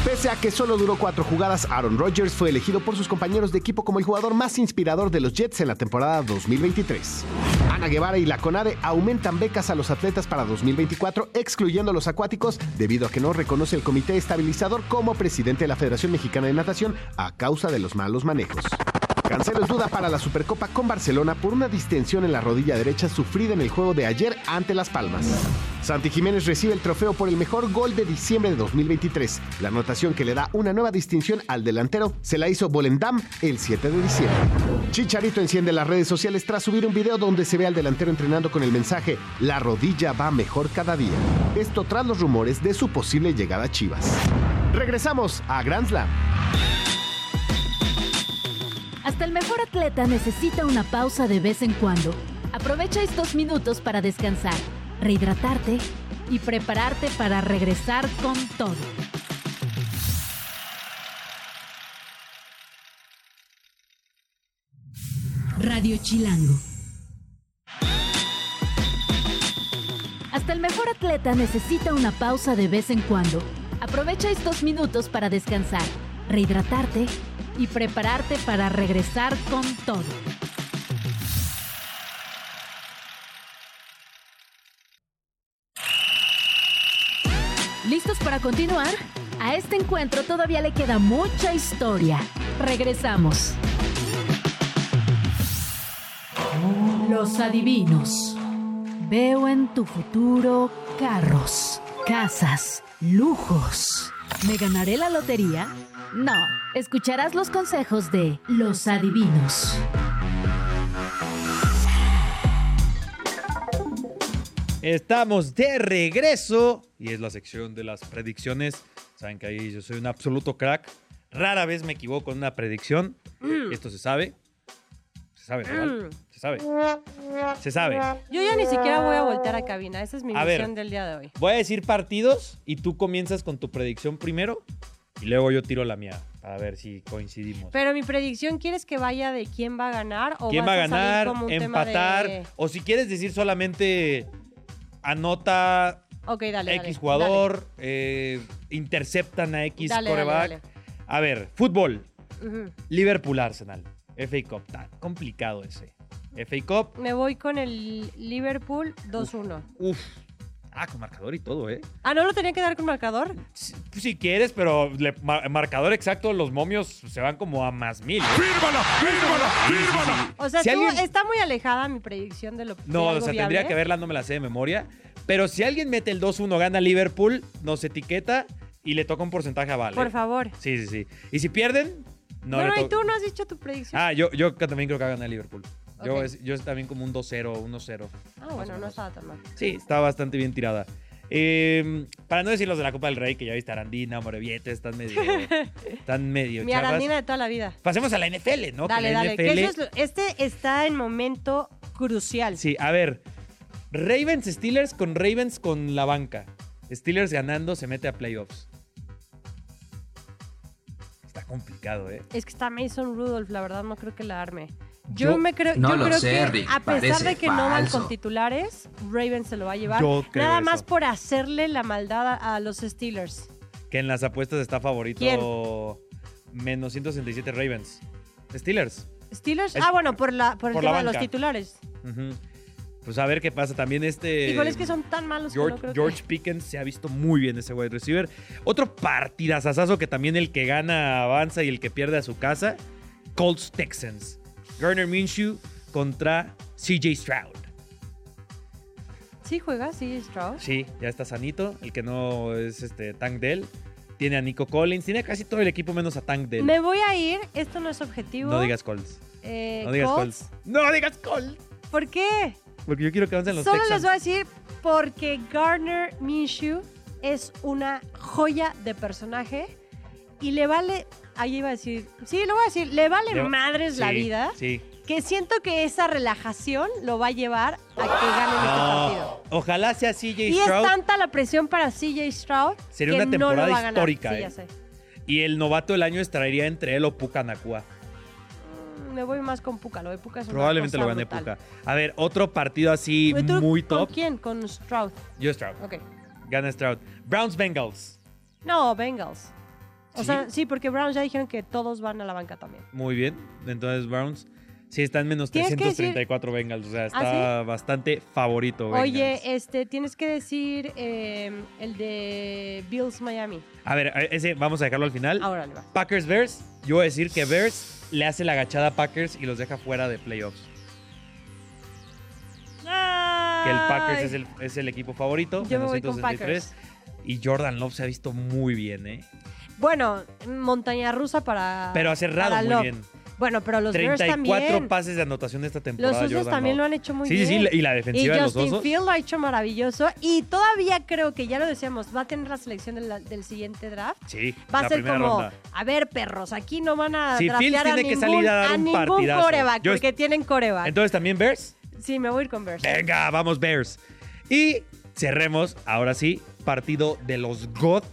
S3: Pese a que solo duró cuatro jugadas, Aaron Rodgers fue elegido por sus compañeros de equipo como el jugador más inspirador de los Jets en la temporada 2023. Ana Guevara y la CONADE aumentan becas a los atletas para 2024, excluyendo a los acuáticos, debido a que no reconoce el Comité Estabilizador como presidente de la Federación Mexicana de Natación a causa de los malos manejos. Cancelo es duda para la Supercopa con Barcelona por una distensión en la rodilla derecha sufrida en el juego de ayer ante Las Palmas. Santi Jiménez recibe el trofeo por el mejor gol de diciembre de 2023. La anotación que le da una nueva distinción al delantero se la hizo Bolendam el 7 de diciembre. Chicharito enciende las redes sociales tras subir un video donde se ve al delantero entrenando con el mensaje La rodilla va mejor cada día. Esto tras los rumores de su posible llegada a Chivas. Regresamos a Grand Slam.
S1: Hasta el mejor atleta necesita una pausa de vez en cuando. Aprovecha estos minutos para descansar, rehidratarte y prepararte para regresar con todo. Radio Chilango. Hasta el mejor atleta necesita una pausa de vez en cuando. Aprovecha estos minutos para descansar, rehidratarte y prepararte para regresar con todo. para continuar? A este encuentro todavía le queda mucha historia. Regresamos. Los adivinos. Veo en tu futuro carros, casas, lujos. ¿Me ganaré la lotería? No. Escucharás los consejos de los adivinos.
S4: Estamos de regreso y es la sección de las predicciones. Saben que ahí yo soy un absoluto crack. Rara vez me equivoco en una predicción.
S5: Mm.
S4: Esto se sabe. Se sabe, ¿verdad? Se sabe. Se sabe.
S5: Yo ya ni siquiera voy a voltar a cabina. Esa es mi
S4: A ver.
S5: misión del día de hoy.
S4: Voy a decir partidos y tú comienzas con tu predicción primero y luego yo tiro la mía para ver si coincidimos.
S5: Pero mi predicción, ¿quieres que vaya de quién va a ganar? O
S4: ¿Quién
S5: vas
S4: va a
S5: salir
S4: ganar?
S5: como un tema
S4: Empatar.
S5: de-
S4: O si quieres decir solamente anota
S5: Ok, dale. dale,
S4: X jugador, eh, interceptan a X
S5: Dale, dale,
S4: coreback.
S5: dale.
S4: A ver, fútbol.
S5: dale. Ujú.
S4: Liverpool Arsenal. FA Cup. Está complicado ese. FA Cup.
S5: Me voy con el Liverpool 2-1.
S4: Uf. Ah, con marcador y todo, ¿eh?
S5: Ah, ¿no lo tenía que dar con marcador?
S4: Si, si quieres, pero le- ma- marcador exacto, los momios se van como a más mil. ¿eh?
S5: O sea,
S4: Si
S5: estuvo-
S4: alguien-
S5: está muy alejada mi predicción de lo de
S4: No, o
S5: algo
S4: sea,
S5: viable.
S4: tendría que verla, no me la sé de memoria. Pero si alguien mete el 2-1, gana Liverpool, nos etiqueta y le toca un porcentaje a Vale.
S5: Por favor.
S4: Sí, sí, sí. Y si pierden, no,
S5: No, no,
S4: le
S5: y
S4: toca.
S5: tú no has dicho tu predicción. Ah,
S4: Ah, yo, yo ca- también creo que va a ganar Liverpool. Yo,
S5: Ok.
S4: es- yo es también como un 2-0, 1-0. más o
S5: Ah, bueno, no
S4: menos.
S5: estaba tan mal.
S4: Sí, está bastante bien tirada. Eh, para no decir los de la Copa del Rey, que ya viste Arandina, Moreviete, están medio. están medio
S5: Mi
S4: chavas.
S5: arandina de toda la vida.
S4: Pasemos a la NFL, ¿no? Que
S5: dale,
S4: la
S5: dale. que
S4: NFL
S5: eso es lo- este está en momento crucial.
S4: Sí, a ver. Ravens Steelers con Ravens con la banca. Steelers ganando se mete a playoffs. Está complicado, ¿eh?
S5: Es que está Mason Rudolph, la verdad no creo que la arme. Yo,
S4: Yo-
S5: me creo,
S8: no
S5: yo
S8: lo
S5: creo
S8: sé,
S5: que
S8: Rick,
S5: a pesar
S8: parece
S5: de que no van con
S8: falso.
S5: titulares, Raven se lo va a llevar.
S4: Yo creo
S5: Nada
S4: eso.
S5: más por hacerle la maldad a, a los Steelers.
S4: Que en las apuestas está favorito menos 167 Ravens. Steelers.
S5: Steelers,
S4: Es-
S5: ah, bueno, por la por el
S4: por la
S5: tema de los
S4: banca.
S5: titulares.
S4: Ujú. Pues a ver qué pasa. También este.
S5: Igual es que son tan malos
S4: George,
S5: que no creo
S4: George Pickens se ha visto muy bien ese wide receiver. Otro partidazazazo que también el que gana avanza y el que pierde a su casa. Colts Texans. Garner Minshew contra CJ Stroud.
S5: que. Sí juega, sí, Strauss.
S4: Sí, ya está sanito. El que no es este Tank Dell. Tiene a Nico Collins. Tiene casi todo el equipo menos a Tank Dell.
S5: Me voy a ir, esto no es objetivo.
S4: No digas Colts.
S5: eh,
S4: No digas
S5: Colts.
S4: Colts. No digas Colts.
S5: ¿Por qué?
S4: Porque yo quiero que avancen los
S5: Solo les
S4: Texans.
S5: voy a decir porque Garner Minshew es una joya de personaje y le vale. Ahí iba a decir. Sí, lo voy a decir. Le vale
S4: Le va-
S5: madres la
S4: Sí,
S5: vida.
S4: Sí.
S5: Que siento que esa relajación lo va a llevar a que ganen este partido.
S4: No, Ojalá sea
S5: Y
S4: CJ
S5: es
S4: Stroud.
S5: tanta la presión para CJ Stroud
S4: Sería
S5: que
S4: una
S5: no
S4: temporada
S5: lo va a ganar.
S4: histórica,
S5: Sí,
S4: ¿eh?
S5: ya sé.
S4: Y el novato del año estaría entre él o Puka Nakua.
S5: Me voy más con Puka. Lo de Puka es una
S4: Probablemente
S5: cosa
S4: lo gane
S5: brutal.
S4: Puka. A ver, otro partido así
S5: ¿Y tú
S4: muy
S5: ¿Con
S4: top.
S5: quién? Con Stroud.
S4: Yo Stroud.
S5: Ok.
S4: Gana Stroud. Browns Bengals.
S5: No, Bengals. O
S4: ¿Sí?
S5: sea, sí, porque Browns ya dijeron que todos van a la banca también.
S4: Muy bien. Entonces Browns sí está en menos
S5: Tienes que decir-
S4: 334 Bengals. O sea, está
S5: ¿Ah,
S4: bastante favorito Bengals.
S5: Oye, este, tienes que decir eh, el de Bills Miami.
S4: A ver, a- ese vamos a dejarlo al final.
S5: Ahora le va.
S4: Packers Bears. Yo voy a decir que Bears le hace la agachada a Packers y los deja fuera de playoffs. Que el Packers es el, es el equipo favorito.
S5: Yo me voy con
S4: 163. Y Jordan Love se ha visto muy bien, ¿eh?
S5: Bueno, montaña rusa para.
S4: Pero ha cerrado
S5: para
S4: muy
S5: Love.
S4: bien.
S5: Bueno, pero los Bears
S4: 34
S5: también.
S4: pases de anotación esta temporada.
S5: Los Osos
S4: Jordan
S5: también lo
S4: Love.
S5: han hecho muy
S4: Sí, sí,
S5: bien.
S4: sí, y la defensiva
S5: Y
S4: de los
S5: Justin
S4: Osos.
S5: Field lo ha hecho maravilloso. Y todavía creo que ya lo decíamos, va a tener la selección del, del siguiente draft.
S4: Sí,
S5: Va
S4: la
S5: a ser
S4: primera
S5: como,
S4: ronda.
S5: a ver, perros, aquí no van a
S4: Sí, Fields
S5: draftear a
S4: tiene que
S5: ningún,
S4: salir a dar
S5: a
S4: un
S5: ningún
S4: partidazo.
S5: coreback,
S4: Yo es-
S5: porque tienen coreback.
S4: Entonces también Bears.
S5: sí, me voy a ir con Bears.
S4: Venga, vamos Bears. Y cerremos, ahora sí, partido de los God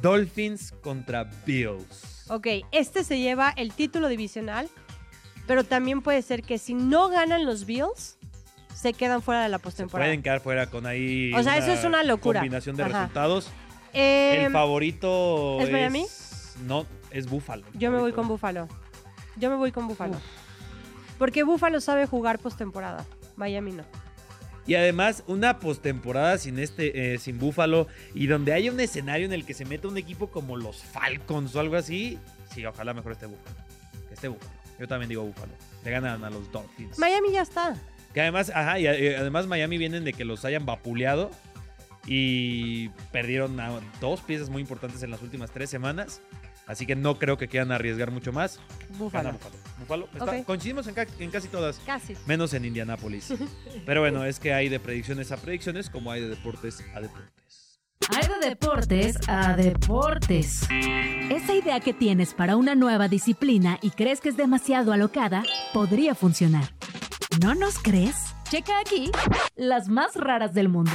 S4: Dolphins contra Bills.
S5: Ok, este se lleva el título divisional, pero también puede ser que si no ganan los Bills, se quedan fuera de la postemporada.
S4: Pueden quedar fuera con ahí.
S5: O sea, eso es una locura.
S4: Combinación de
S5: Ajá.
S4: resultados.
S5: Eh,
S4: el favorito.
S5: ¿es Miami?
S4: No, es Buffalo.
S5: yo me voy con
S4: Favorito.
S5: Buffalo. Yo me voy con Buffalo. Porque Buffalo sabe jugar postemporada. Miami no.
S4: Y además, una postemporada sin este, eh, sin Búfalo y donde haya un escenario en el que se meta un equipo como los Falcons o algo así, sí, ojalá mejor esté Búfalo. Que esté Búfalo. Yo también digo Búfalo. Le ganan a los Dolphins.
S5: Miami ya está.
S4: Que además, ajá, y a- y además Miami vienen de que los hayan vapuleado y perdieron a dos piezas muy importantes en las últimas tres semanas. Así que no creo que quieran arriesgar mucho más. Gana
S5: Búfalo.
S4: Búfalo. Búfalo. está-
S5: Ok.
S4: Coincidimos en, ca- en casi todas,
S5: Casi.
S4: menos en Indianápolis. Pero bueno, es que hay de predicciones a predicciones como hay de deportes a deportes.
S1: Hay de deportes a deportes. Esa idea que tienes para una nueva disciplina y crees que es demasiado alocada, podría funcionar. ¿No nos crees? Checa aquí las más raras del mundo.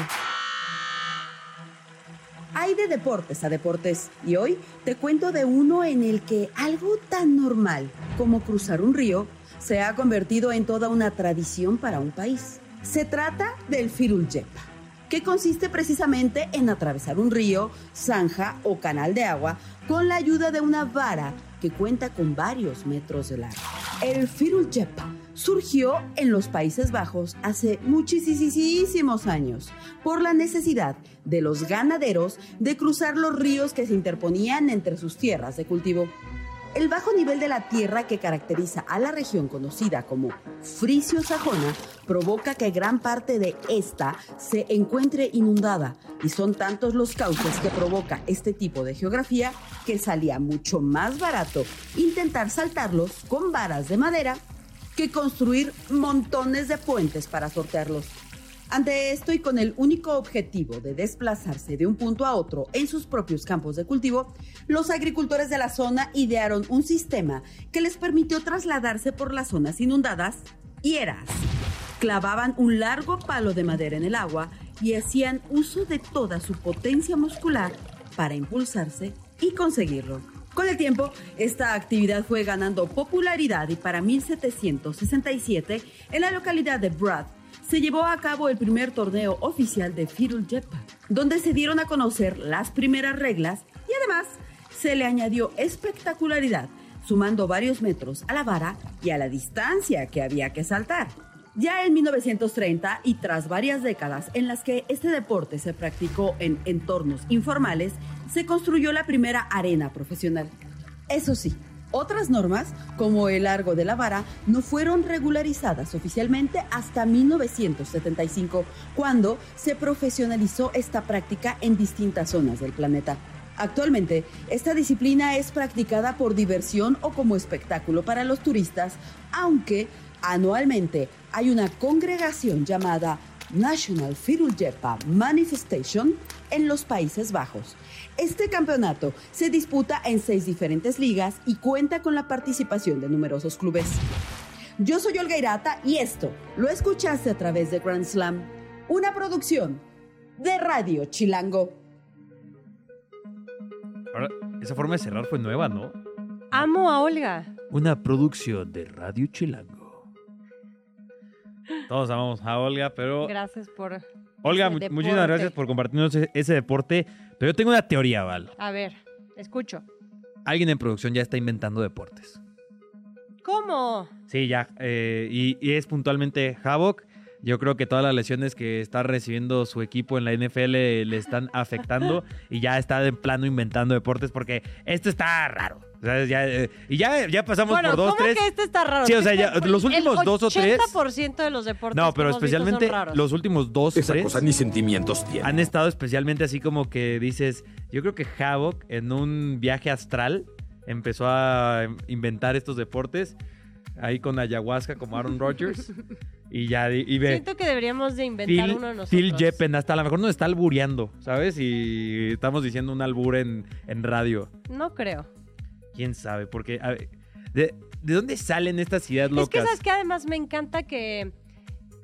S9: Hay de deportes a deportes y hoy te cuento de uno en el que algo tan normal como cruzar un río se ha convertido en toda una tradición para un país. Se trata del firul yepa, que consiste precisamente en atravesar un río, zanja o canal de agua con la ayuda de una vara que cuenta con varios metros de largo. El firul yepa surgió en los Países Bajos hace muchísimos años por la necesidad de los ganaderos de cruzar los ríos que se interponían entre sus tierras de cultivo. El bajo nivel de la tierra que caracteriza a la región conocida como Frisio-Sajona provoca que gran parte de esta se encuentre inundada y son tantos los cauces que provoca este tipo de geografía que salía mucho más barato intentar saltarlos con varas de madera que construir montones de puentes para sortearlos. Ante esto y con el único objetivo de desplazarse de un punto a otro en sus propios campos de cultivo, los agricultores de la zona idearon un sistema que les permitió trasladarse por las zonas inundadas y eras. Clavaban un largo palo de madera en el agua y hacían uso de toda su potencia muscular para impulsarse y conseguirlo. Con el tiempo, esta actividad fue ganando popularidad y para 1767, en la localidad de Brad, se llevó a cabo el primer torneo oficial de Firul Jetpack, donde se dieron a conocer las primeras reglas y además se le añadió espectacularidad, sumando varios metros a la vara y a la distancia que había que saltar. Ya en 1930 y tras varias décadas en las que este deporte se practicó en entornos informales, se construyó la primera arena profesional. Eso sí, otras normas, como el largo de la vara, no fueron regularizadas oficialmente hasta 1975, cuando se profesionalizó esta práctica en distintas zonas del planeta. Actualmente, esta disciplina es practicada por diversión o como espectáculo para los turistas, aunque anualmente hay una congregación llamada National Firul Jeppa Manifestation en los Países Bajos. Este campeonato se disputa en seis diferentes ligas y cuenta con la participación de numerosos clubes. Yo soy Olga Irata y esto lo escuchaste a través de Grand Slam, una producción de Radio Chilango.
S4: Ahora, esa forma de cerrar fue nueva, ¿no?
S5: Amo a Olga.
S4: Una producción de Radio Chilango. Todos amamos a Olga, pero
S5: Gracias por.
S4: Olga,
S5: ese
S4: mu-
S5: deporte.
S4: muchísimas gracias por compartirnos e- ese deporte. Pero yo tengo una teoría, Val.
S5: A ver, escucho.
S4: Alguien en producción ya está inventando deportes.
S5: ¿Cómo?
S4: Sí, ya. eh, y, y es puntualmente Havoc. Yo creo que todas las lesiones que está recibiendo su equipo en la NFL le están afectando y ya está en plano inventando deportes porque esto está raro. O sea, ya, eh, y ya, ya pasamos
S5: bueno,
S4: por dos,
S5: ¿cómo
S4: tres.
S5: que este está raro?
S4: Sí, o sea,
S5: Este-
S4: ya, los últimos
S5: el
S4: dos o tres-
S5: 80% de los deportes.
S4: No, pero
S5: que hemos visto son
S4: especialmente
S5: raros.
S4: los últimos dos,
S2: Esa
S4: tres.
S2: cosa ni sentimientos tiene.
S4: han estado especialmente así como que dices, yo creo que Havoc en un viaje astral empezó a inventar estos deportes ahí con ayahuasca como Aaron Rodgers y ya di- y ve
S5: Siento que deberíamos de inventar
S4: Phil,
S5: uno de nosotros.
S4: Phil Jeppen hasta a lo mejor nos está albureando, ¿sabes? Y estamos diciendo un albur en, en radio.
S5: No creo.
S4: ¿Quién sabe? Porque a ver, ¿de, de dónde salen estas ideas
S5: Es que
S4: locas?
S5: sabes que además me encanta que,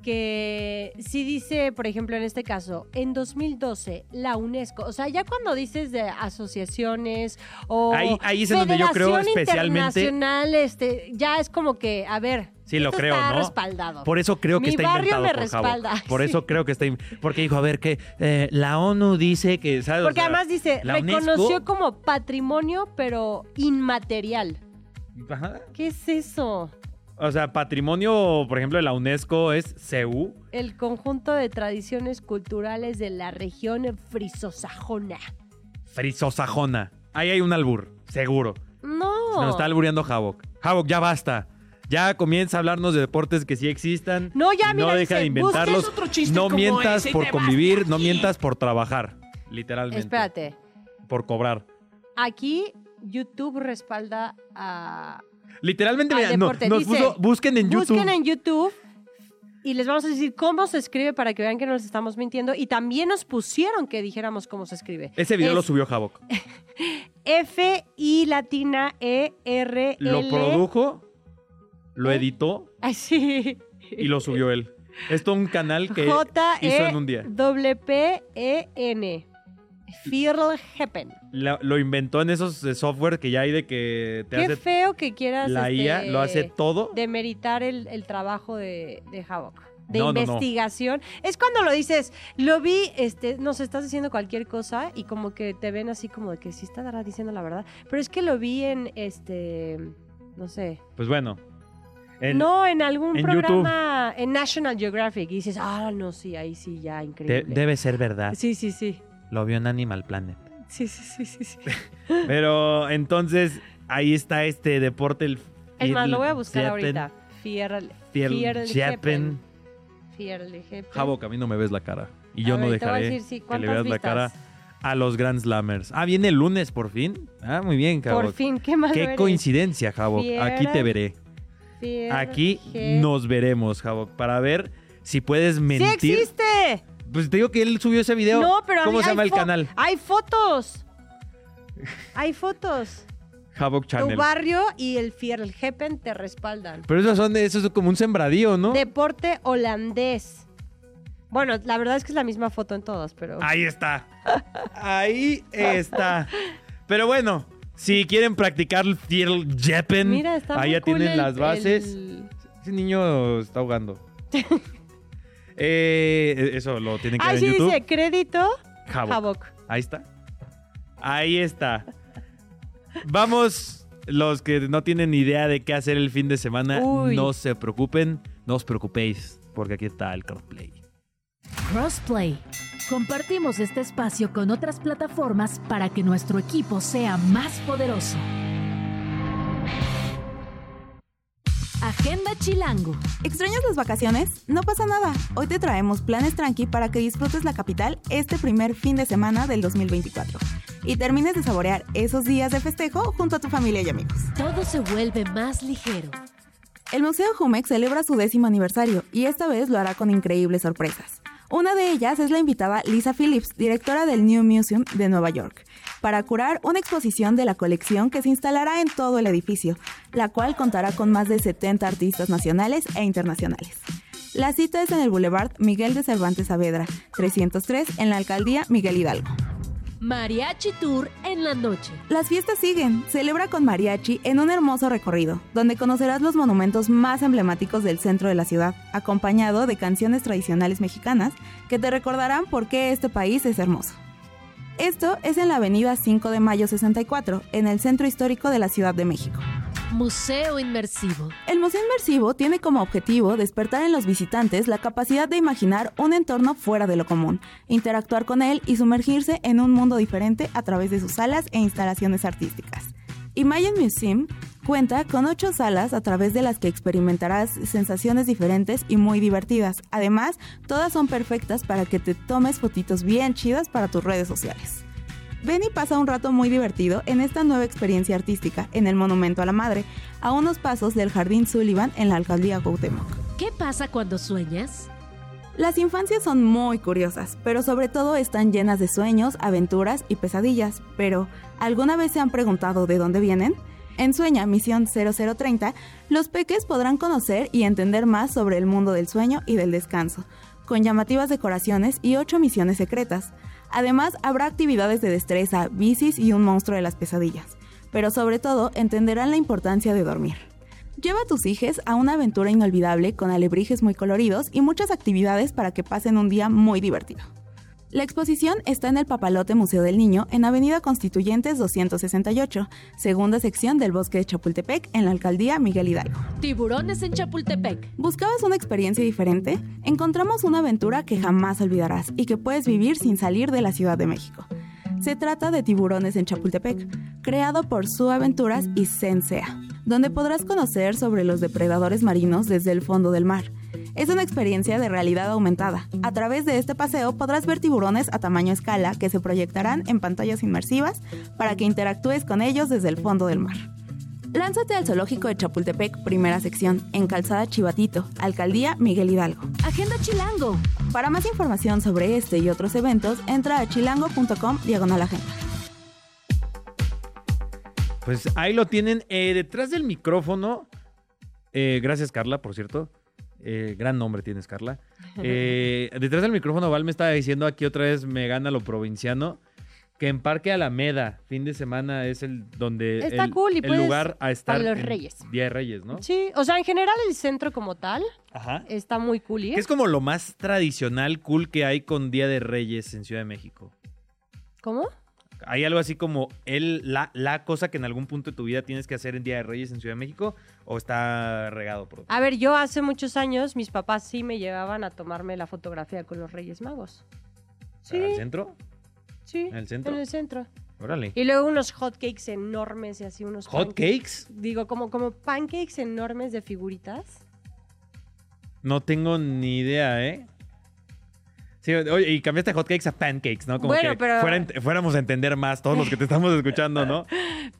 S5: que si dice, por ejemplo, en este caso, en 2012, la UNESCO, o sea, ya cuando dices de asociaciones o
S4: Ahí- ahí es en donde yo creo
S5: Federación
S4: especialmente-
S5: internacional, este, ya es como que, a ver,
S4: Sí, lo
S5: esto
S4: creo,
S5: está
S4: ¿no?
S5: respaldado.
S4: Por eso creo que
S5: Mi
S4: está
S5: barrio
S4: inventado
S5: me
S4: por Jabo.
S5: respalda.
S4: Por
S5: Sí.
S4: eso creo que está in- porque dijo, a ver que eh, la ONU dice que ¿sabes? O
S5: Porque
S4: sea,
S5: además dice,
S4: la UNESCO-
S5: reconoció como patrimonio, pero inmaterial.
S4: Ajá.
S5: ¿Qué es eso?
S4: O sea, patrimonio, por ejemplo, de la UNESCO es CEU.
S5: El conjunto de tradiciones culturales de la región frisosajona.
S4: Frisosajona. Ahí hay un albur, seguro.
S5: No.
S4: Se nos está albureando Havok. Havok, ya basta. Ya comienza a hablarnos de deportes que sí existan.
S5: No, ya,
S4: Y
S5: mira,
S4: No deja
S5: dice,
S4: de inventarlos.
S10: "Busques otro chiste
S4: no
S10: como
S4: mientas
S10: ese y
S4: por
S10: te vas de
S4: convivir, no
S10: aquí".
S4: mientas por trabajar. Literalmente.
S5: Espérate.
S4: Por cobrar.
S5: Aquí YouTube respalda a.
S4: Literalmente,
S5: al
S4: mira, no,
S5: deporte.
S4: nos
S5: Dice,
S4: puso, busquen en YouTube.
S5: Busquen en YouTube y les vamos a decir cómo se escribe para que vean que no les estamos mintiendo. Y también nos pusieron que dijéramos cómo se escribe.
S4: Ese video
S5: Es
S4: lo subió Havok.
S5: F I latina E R L. ¿Eh?
S4: Lo produjo, lo editó
S5: Ay, sí.
S4: y lo subió él. Esto es un canal que
S5: J
S4: hizo en un día.
S5: E P E N. Firlheppen.
S4: La- lo inventó en esos eh, software que ya hay de que te
S5: Qué
S4: hace
S5: feo que quieras
S4: la
S5: este,
S4: IA, lo hace todo.
S5: demeritar el, el trabajo de, de Havok. De
S4: No, no, no.
S5: investigación. Es cuando lo dices, lo vi, este, nos estás diciendo cualquier cosa y como que te ven así como de que sí estará diciendo la verdad. Pero es que lo vi en este. No sé.
S4: Pues bueno. el-
S5: no, en algún
S4: en
S5: programa en National Geographic. Y dices, ah, no, sí, ahí sí, ya,
S4: de-
S5: increíble.
S4: debe ser verdad.
S5: Sí, sí, sí.
S4: Lo vio en Animal Planet.
S5: Sí, sí, sí, sí. sí.
S4: Pero entonces ahí está este deporte. El
S5: Es más, lo voy a buscar
S4: Fierl-
S5: ahorita. Fierl-
S4: Fierl-
S5: Fierlheppen.
S4: Fierlheppen.
S5: Fierlheppen.
S4: Havok, a mí no me ves la cara. Y yo
S5: A
S4: no
S5: ver, te voy a
S4: dejaré
S5: decir,
S4: que
S5: sí,
S4: le
S5: ¿cuántas
S4: veas la cara
S5: vistas?
S4: a los Grand Slammers. Ah, viene el lunes por fin. Ah, muy bien, Havok.
S5: Por fin, qué malo
S4: Qué
S5: eres.
S4: coincidencia, Havok. Aquí te
S5: Fierl-
S4: veré.
S5: Fierl-
S4: Aquí
S5: Ge-
S4: nos veremos, Havok, para ver si puedes
S5: ¡Sí
S4: mentir.
S5: existe!
S4: Pues te digo que él subió ese video.
S5: No, pero a
S4: ¿Cómo
S5: mí
S4: se
S5: hay
S4: llama el
S5: fo-
S4: canal?
S5: Hay fotos. Hay fotos.
S4: Havok Channel.
S5: Tu barrio y el Fierlheppen te respaldan.
S4: Pero esos son, eso es como un sembradío, ¿no?
S5: Deporte holandés. Bueno, la verdad es que es la misma foto en todas, pero.
S4: Ahí está. Ahí está. Pero bueno, si quieren practicar el Fierl Jeppen,
S5: Mira, está
S4: ahí
S5: muy
S4: ya
S5: cool
S4: tienen
S5: el-
S4: las bases.
S5: el-
S4: Ese niño está ahogando. Eh, eso lo tienen que
S5: Ay,
S4: ver
S5: Ah, sí
S4: en YouTube.
S5: dice crédito
S4: Havok.
S5: Havok.
S4: Ahí está. Ahí está. Vamos, los que no tienen idea de qué hacer el fin de semana,
S5: Uy.
S4: no se preocupen, no os preocupéis, porque aquí está el crossplay.
S1: Crossplay. Compartimos este espacio con otras plataformas para que nuestro equipo sea más poderoso. Agenda Chilango.
S9: ¿Extrañas las vacaciones? No pasa nada. Hoy te traemos planes tranqui para que disfrutes la capital este primer fin de semana del 2024 y termines de saborear esos días de festejo junto a tu familia y amigos.
S1: Todo se vuelve más ligero.
S9: El Museo Jumex celebra su décimo aniversario y esta vez lo hará con increíbles sorpresas. Una de ellas es la invitada Lisa Phillips, directora del New Museum de Nueva York, para curar una exposición de la colección que se instalará en todo el edificio, la cual contará con más de 70 artistas nacionales e internacionales. La cita es en el Boulevard Miguel de Cervantes Saavedra, 303, en la alcaldía Miguel Hidalgo.
S1: Mariachi Tour en la noche.
S9: Las fiestas siguen. Celebra con mariachi en un hermoso recorrido, donde conocerás los monumentos más emblemáticos del centro de la ciudad, acompañado de canciones tradicionales mexicanas que te recordarán por qué este país es hermoso. Esto es en la avenida 5 de Mayo 64, en el centro histórico de la Ciudad de México.
S1: Museo Inmersivo.
S9: El Museo Inmersivo tiene como objetivo despertar en los visitantes la capacidad de imaginar un entorno fuera de lo común, interactuar con él y sumergirse en un mundo diferente a través de sus salas e instalaciones artísticas. Imagine Museum cuenta con ocho salas a través de las que experimentarás sensaciones diferentes y muy divertidas. Además, todas son perfectas para que te tomes fotitos bien chidas para tus redes sociales. Ven y pasa un rato muy divertido en esta nueva experiencia artística en el Monumento a la Madre, a unos pasos del Jardín Sullivan en la alcaldía Cuauhtémoc.
S1: ¿Qué pasa cuando sueñas?
S9: Las infancias son muy curiosas, pero sobre todo están llenas de sueños, aventuras y pesadillas. Pero, ¿alguna vez se han preguntado de dónde vienen? En Sueña, Misión 0030, los peques podrán conocer y entender más sobre el mundo del sueño y del descanso, con llamativas decoraciones y ocho misiones secretas. Además, habrá actividades de destreza, bicis y un monstruo de las pesadillas. Pero sobre todo, entenderán la importancia de dormir. Lleva a tus hijes a una aventura inolvidable con alebrijes muy coloridos y muchas actividades para que pasen un día muy divertido. La exposición está en el Papalote Museo del Niño, en Avenida Constituyentes 268, segunda sección del Bosque de Chapultepec, en la Alcaldía Miguel Hidalgo.
S1: Tiburones en Chapultepec.
S9: ¿Buscabas una experiencia diferente? Encontramos una aventura que jamás olvidarás y que puedes vivir sin salir de la Ciudad de México. Se trata de Tiburones en Chapultepec, creado por Su Aventuras y Sensea, donde podrás conocer sobre los depredadores marinos desde el fondo del mar. Es una experiencia de realidad aumentada. A través de este paseo podrás ver tiburones a tamaño escala que se proyectarán en pantallas inmersivas para que interactúes con ellos desde el fondo del mar. Lánzate al Zoológico de Chapultepec, primera sección, en Calzada Chivatito, Alcaldía Miguel Hidalgo.
S1: Agenda Chilango.
S9: Para más información sobre este y otros eventos, entra a chilango.com diagonal agenda.
S4: Pues ahí lo tienen eh, detrás del micrófono. Eh, gracias, Carla, por cierto. Eh, gran nombre tienes, Carla. Eh, detrás del micrófono, Val me estaba diciendo aquí otra vez me gana lo provinciano. Que en Parque Alameda, fin de semana, es el donde
S5: Está
S4: el,
S5: cool y
S4: el
S5: puedes
S4: lugar a estar.
S5: para los
S4: en
S5: Reyes.
S4: Día de Reyes, ¿no?
S5: Sí, o sea, en general el centro como tal
S4: Ajá.
S5: está muy cool. ¿eh?
S4: Que es como lo más tradicional, cool que hay con Día de Reyes en Ciudad de México.
S5: ¿Cómo?
S4: ¿Hay algo así como el, la, la cosa que en algún punto de tu vida tienes que hacer en Día de Reyes en Ciudad de México? ¿O está regado por otro?
S5: A ver, yo hace muchos años mis papás sí me llevaban a tomarme la fotografía con los Reyes Magos. Ah, Sí,
S4: ¿Al centro?
S5: sí.
S4: ¿En el centro?
S5: En el centro.
S4: Órale.
S5: Y luego unos hotcakes enormes y así unos
S4: ¿Hot
S5: pancakes.
S4: cakes?
S5: Digo, como, como pancakes enormes de figuritas.
S4: No tengo ni idea, ¿eh? Sí, oye, y cambiaste hotcakes a pancakes, ¿no? Como
S5: Bueno,
S4: que
S5: pero-
S4: fuera- fuéramos a entender más todos los que te estamos escuchando, ¿no?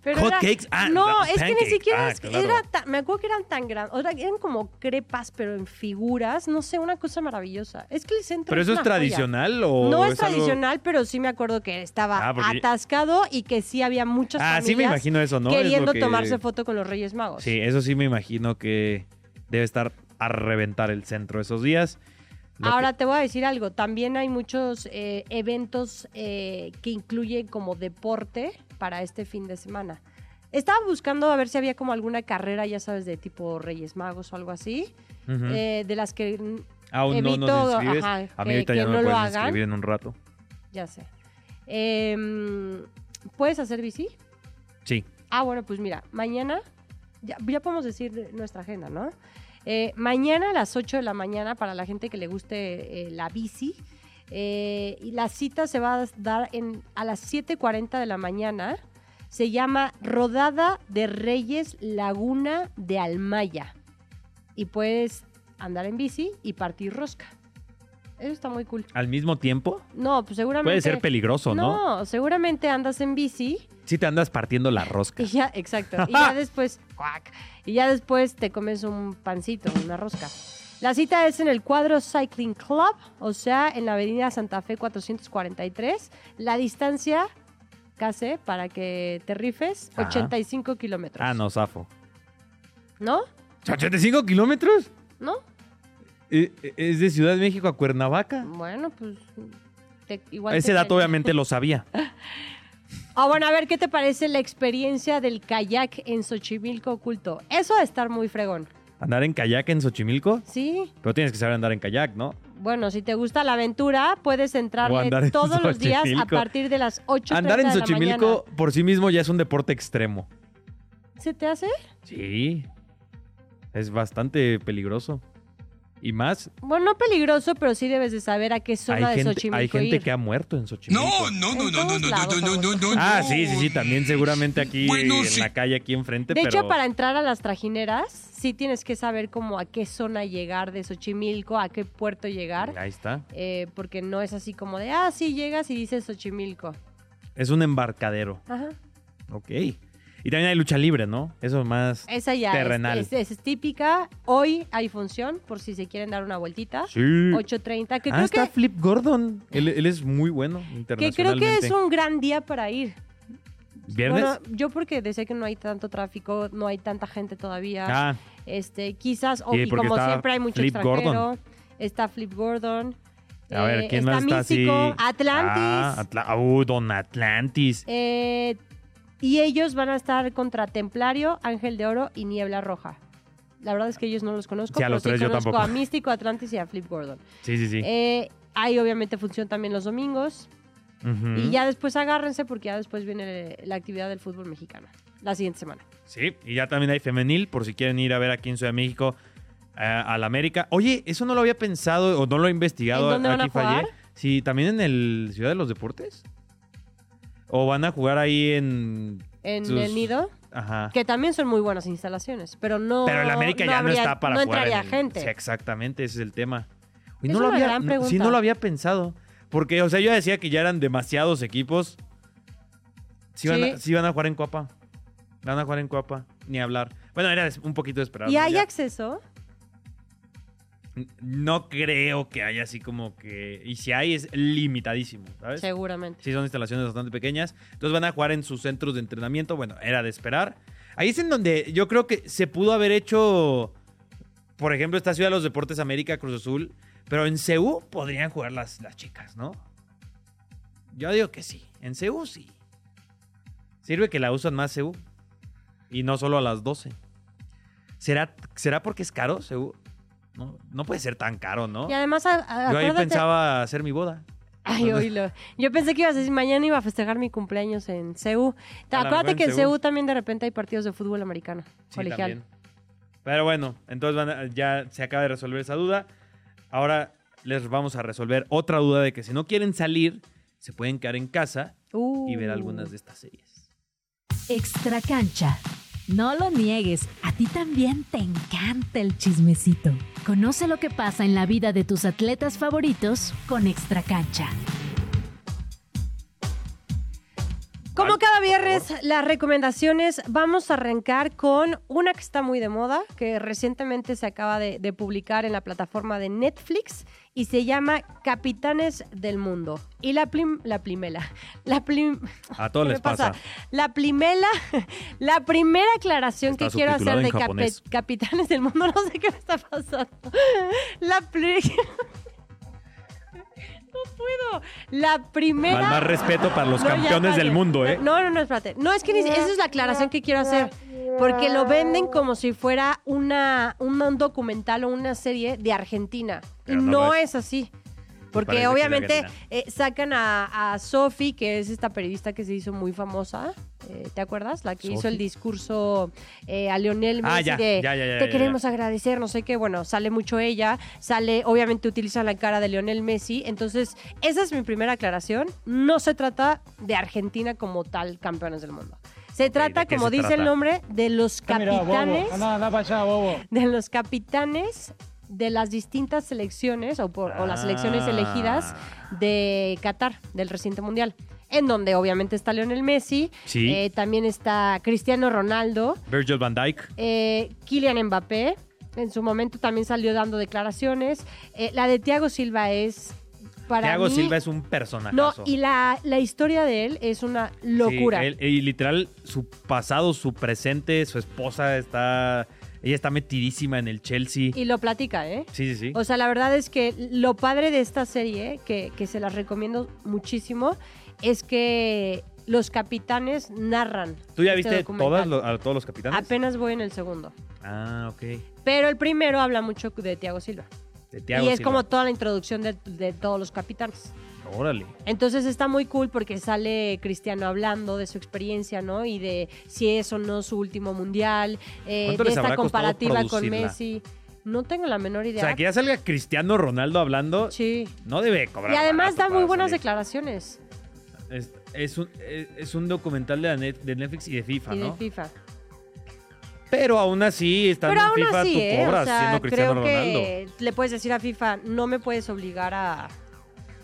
S5: Pero era-
S4: Hotcakes, ah,
S5: no,
S4: ah,
S5: es que
S4: pancakes.
S5: ni siquiera
S4: Ah,
S5: es-
S4: claro.
S5: era ta- me acuerdo que eran tan grandes, o sea, eran como crepas pero en figuras, no sé, una cosa maravillosa. Es que el centro
S4: ¿Pero eso es
S5: una joya.
S4: tradicional o
S5: No es,
S4: Oh, algo-
S5: tradicional, pero sí me acuerdo que estaba
S4: Ah, porque-
S5: atascado y que sí había muchas
S4: Ah, sí me
S5: familias
S4: imagino eso, ¿no? Es lo
S5: queriendo
S4: que-
S5: tomarse foto con los Reyes Magos.
S4: Sí, eso sí me imagino que debe estar a reventar el centro esos días. Lo que-
S5: Ahora te voy a decir algo, también hay muchos eh, eventos eh, que incluyen como deporte para este fin de semana. Estaba buscando a ver si había como alguna carrera, ya sabes, de tipo Reyes Magos o algo así,
S4: Ujú.
S5: eh, de las que mm,
S4: Aún no nos
S5: evito,
S4: inscribes.
S5: ajá,
S4: a mí
S5: que-
S4: ahorita ya
S5: que
S4: no
S5: no
S4: me
S5: lo
S4: puedes
S5: hagan.
S4: inscribir en un rato.
S5: ya sé. Em, ¿Puedes hacer bici?
S4: Sí.
S5: Ah, bueno, pues mira, mañana, ya, ya podemos decir de- nuestra agenda, ¿no? Eh, mañana a las 8 de la mañana, para la gente que le guste eh, la bici, eh, y la cita se va a dar en, a las 7.40 de la mañana. Se llama Rodada de Reyes Laguna de Almaya. Y puedes andar en bici y partir rosca. Eso está muy cool.
S4: ¿Al mismo tiempo?
S5: No, pues seguramente...
S4: Puede ser peligroso, ¿no?
S5: No, seguramente andas en bici
S4: Si te andas partiendo la rosca.
S5: y ya, exacto. Y ya después, cuac, y ya después te comes un pancito, una rosca. La cita es en el cuadro Cycling Club, o sea, en la avenida Santa Fe 443. La distancia, casi, para que te rifes,
S4: Ajá.
S5: 85 kilómetros.
S4: Ah, no, zafo.
S5: ¿No?
S4: ¿85 kilómetros?
S5: ¿No?
S4: Eh, eh, ¿Es de Ciudad de México a Cuernavaca?
S5: Bueno, pues... te- igual
S4: Ese
S5: te-
S4: dato obviamente lo sabía.
S5: Ah, bueno, a ver, ¿qué te parece la experiencia del kayak en Xochimilco oculto? Eso va a estar muy fregón,
S4: ¿Andar en kayak en Xochimilco?
S5: ¿sí?
S4: Pero tienes que saber andar en kayak, ¿no?
S5: Bueno, si te gusta la aventura, puedes
S4: O
S5: entrarle
S4: andar en
S5: todos los días a
S4: Xochimilco.
S5: partir de las 8
S4: Andar en
S5: de la mañana.
S4: Xochimilco por sí mismo ya es un deporte extremo.
S5: ¿Se te hace?
S4: Sí. Es bastante peligroso. Y más,
S5: Bueno, no peligroso, pero sí debes de saber a qué
S4: hay
S5: zona de
S4: gente,
S5: Xochimilco
S4: hay gente
S5: ir.
S4: que ha muerto en Xochimilco.
S10: no,
S5: En todos lados, amor.
S4: Ah, sí, sí, sí, también seguramente aquí
S10: Bueno,
S4: en
S10: sí.
S4: la calle, aquí enfrente.
S5: De
S4: pero...
S5: hecho, para entrar a las trajineras, sí tienes que saber como a qué zona llegar de Xochimilco, a qué puerto llegar,
S4: Ahí está.
S5: eh, porque no es así como de, ah, sí, llegas y dices Xochimilco.
S4: Es un embarcadero.
S5: Ajá.
S4: Ok. Y también hay lucha libre, ¿no? Eso más.
S5: Esa ya es-
S4: Terrenal.
S5: Es, es típica. Hoy hay función, por si se quieren dar una vueltita.
S4: Sí.
S5: 8.30, que
S4: ah,
S5: creo
S4: está
S5: que...
S4: Flip Gordon. Él, él es muy bueno
S5: Que creo
S4: internacionalmente.
S5: que es un gran día para ir.
S4: ¿Viernes?
S5: Bueno, yo porque desde que no hay tanto tráfico, no hay tanta gente todavía.
S4: ah,
S5: Este, quizás, o,
S4: Sí,
S5: y
S4: porque
S5: como
S4: está
S5: siempre hay mucho
S4: Flip
S5: extranjero.
S4: Gordon.
S5: Está Flip Gordon.
S4: a ver,
S5: eh,
S4: ¿quién
S5: está
S4: más está así?
S5: Místico, Atlantis.
S4: Ah, Atla- uh, Don Atlantis.
S5: eh, y ellos van a estar contra Templario, Ángel de Oro y Niebla Roja. La verdad es que ellos no los conozco,
S4: Sí, a los
S5: pero
S4: tres
S5: sí
S4: yo
S5: conozco
S4: tampoco.
S5: a Místico, Atlantis y a Flip Gordon.
S4: Sí, sí, sí.
S5: Eh, Hay obviamente función también los domingos.
S4: Ujú.
S5: Y ya después agárrense porque ya después viene la actividad del fútbol mexicano. La siguiente semana.
S4: Sí, y ya también hay femenil, por si quieren ir a ver aquí en Ciudad de México eh, a la América. Oye, eso no lo había pensado o no lo he investigado.
S5: ¿En dónde van
S4: aquí
S5: a jugar?
S4: fallé. Sí, también en el Ciudad de los Deportes. O van a jugar ahí en.
S5: En
S4: sus-
S5: el nido,
S4: Ajá.
S5: que también son muy buenas instalaciones, pero no.
S4: Pero el América ya
S5: habría-
S4: no está para
S5: no
S4: jugar. en
S5: entraría
S4: el-
S5: gente.
S4: Sí, exactamente, ese es el tema. Uy,
S5: Es
S4: no lo
S5: una
S4: había,
S5: gran
S4: no- sí,
S5: pregunta.
S4: no lo había pensado. Porque, o sea, yo decía que ya eran demasiados equipos. Sí, Van, a,
S5: Sí.
S4: sí van a jugar en Cuapa. Van a jugar en Cuapa. Ni hablar. Bueno, era des- un poquito de esperar.
S5: ¿Y
S4: ¿no?
S5: hay
S4: Ya-
S5: acceso?
S4: No creo que haya así como que. Y si hay, es limitadísimo, ¿sabes?
S5: Seguramente.
S4: Sí, son instalaciones bastante pequeñas. Entonces van a jugar en sus centros de entrenamiento. Bueno, era de esperar. Ahí es en donde yo creo que se pudo haber hecho, por ejemplo, esta ciudad de los deportes América Cruz Azul. Pero en CEU podrían jugar las, las chicas, ¿no? Yo digo que sí. En CEU sí. Sirve que la usan más CEU. Y no solo a las 12. ¿Será, será porque es caro CEU? No, no puede ser tan caro, ¿no?
S5: Y además, a- a-
S4: Yo ahí
S5: acuérdate-
S4: pensaba hacer mi boda.
S5: Ay, oílo. Yo pensé que ibas a decir, mañana iba a festejar mi cumpleaños en CEU. Te-
S4: A lo
S5: Acuérdate
S4: mejor en
S5: que en
S4: CEU.
S5: CEU también de repente hay partidos de fútbol americano,
S4: Sí,
S5: colegial.
S4: también. Pero bueno, entonces van a- ya se acaba de resolver esa duda. Ahora les vamos a resolver otra duda de que si no quieren salir, se pueden quedar en casa y ver
S5: Uh.
S4: algunas de estas series.
S1: Extra cancha. No lo niegues, a ti también te encanta el chismecito. Conoce lo que pasa en la vida de tus atletas favoritos con Extra cancha.
S5: Como
S4: Al-
S5: cada
S4: por
S5: viernes, las recomendaciones vamos a arrancar con una que está muy de moda, que recientemente se acaba de, de publicar en la plataforma de Netflix y se llama Capitanes del Mundo. Y la plim, la plimela, la plim,
S4: A todos
S5: ¿Qué
S4: les
S5: me pasa?
S4: pasa.
S5: La primera, la primera aclaración
S4: Está
S5: que quiero hacer
S4: subtitulado
S5: de
S4: en japonés.
S5: cape- Capitanes del Mundo, no sé qué me está pasando. La pri- No puedo. La primera.
S4: Más, más respeto para los
S5: No, ya,
S4: campeones del
S5: cállate.
S4: mundo, ¿eh?
S5: No, no, no, espérate. No, es que ni- esa es la aclaración que quiero hacer. Porque lo venden como si fuera una, un documental o una serie de Argentina. Y
S4: Pero
S5: no,
S4: no lo es.
S5: es así.
S4: Parece que
S5: Porque
S4: es de
S5: obviamente
S4: Argentina.
S5: eh, sacan a, a Sofi, que es esta periodista que se hizo muy famosa. eh, ¿Te acuerdas? La que hizo
S4: Sofi.
S5: el discurso eh, a Lionel
S4: Ah,
S5: Messi
S4: ya,
S5: de
S4: ya, ya, ya,
S5: te
S4: ya, ya".
S5: queremos agradecer, no sé qué. Bueno, sale mucho ella, sale, obviamente utilizan la cara de Lionel Messi. Entonces, esa es mi primera aclaración. No se trata de Argentina como tal, campeones del mundo. Se trata,
S4: ¿de qué
S5: como
S4: se
S5: dice
S4: trata?
S5: el nombre, de los
S6: Ah,
S5: capitanes de los capitanes de las distintas selecciones o, por- o las selecciones
S4: Ah.
S5: elegidas de Qatar, del reciente mundial. En donde obviamente está Lionel Messi,
S4: Sí.
S5: eh, también está Cristiano Ronaldo,
S4: Virgil van Dyke.
S5: eh, Kylian Mbappé. En su momento también salió dando declaraciones. Eh, la de Thiago Silva es para
S4: Thiago
S5: mí-
S4: Silva es un personaje.
S5: no, y la, la historia de él es una locura.
S4: y literal, su pasado, su presente, su esposa está. Ella está metidísima en el Chelsea.
S5: Y lo platica, ¿eh?
S4: Sí, sí, sí.
S5: O sea, la verdad es que lo padre de esta serie, que, que se las recomiendo muchísimo, es que los capitanes narran.
S4: ¿Tú ya
S5: este
S4: viste todas
S5: documental.
S4: lo- a todos los capitanes?
S5: Apenas voy en el segundo.
S4: Ah, ok.
S5: Pero el primero habla mucho de Tiago Silva.
S4: De Thiago
S5: y es
S4: Silva.
S5: como toda la introducción de, de todos los capitanes.
S4: Órale.
S5: Entonces está muy cool porque sale Cristiano hablando de su experiencia, ¿no? Y de si es o no su último mundial, eh,
S4: ¿Cuánto
S5: de
S4: les
S5: esta
S4: habrá costado
S5: comparativa con
S4: producirla?
S5: Messi. No tengo la menor
S4: O
S5: idea.
S4: sea, que ya salga Cristiano Ronaldo hablando,
S5: Sí.
S4: no debe cobrar.
S5: Y además
S4: barato
S5: da
S4: para
S5: muy buenas
S4: salir.
S5: declaraciones.
S4: Es, es un, es, es un documental de, la net- de Netflix y de FIFA,
S5: y de
S4: ¿no?
S5: FIFA.
S4: Pero aún así, estando
S5: Pero aún
S4: en FIFA,
S5: así,
S4: tú
S5: ¿eh?
S4: cobras
S5: o sea,
S4: siendo Cristiano
S5: creo
S4: Ronaldo.
S5: que le puedes decir a FIFA, no me puedes obligar a...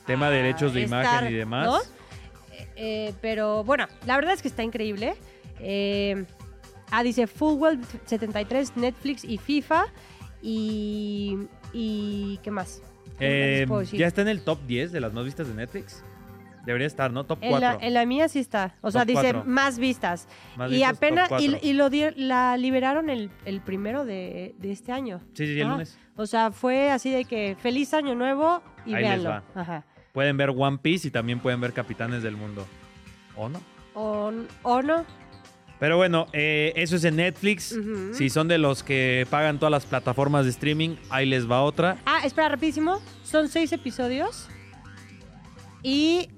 S4: Tema de
S5: a
S4: derechos de imagen
S5: Ah, estar",
S4: y demás.
S5: ¿no? Eh, eh, pero bueno, la verdad es que está increíble. Eh, ah, dice Fullwell 73, Netflix y FIFA. Y... ¿Y qué más? ¿Qué más
S4: Eh,
S5: les puedo decir?
S4: ya está en el top 10 de las más vistas de Netflix. Debería estar, ¿no? Top 4.
S5: En la, en la mía sí está. O sea,
S4: Top
S5: dice
S4: cuatro.
S5: más vistas.
S4: Más
S5: y
S4: vistas, top
S5: apenas... Y,
S4: cuatro.
S5: y lo di- la liberaron el, el primero de, de este año.
S4: Sí, sí, sí, el
S5: Ah.
S4: lunes.
S5: O sea, fue así de que feliz año nuevo y
S4: Ahí les
S5: véanlo.
S4: va.
S5: Ajá.
S4: Pueden ver One Piece y también pueden ver Capitanes del Mundo. ¿O no?
S5: O, o no.
S4: Pero bueno, eh, eso es en Netflix.
S5: Ujú.
S4: Si son de los que pagan todas las plataformas de streaming, ahí les va otra.
S5: Ah, espera, rapidísimo. Son seis episodios. y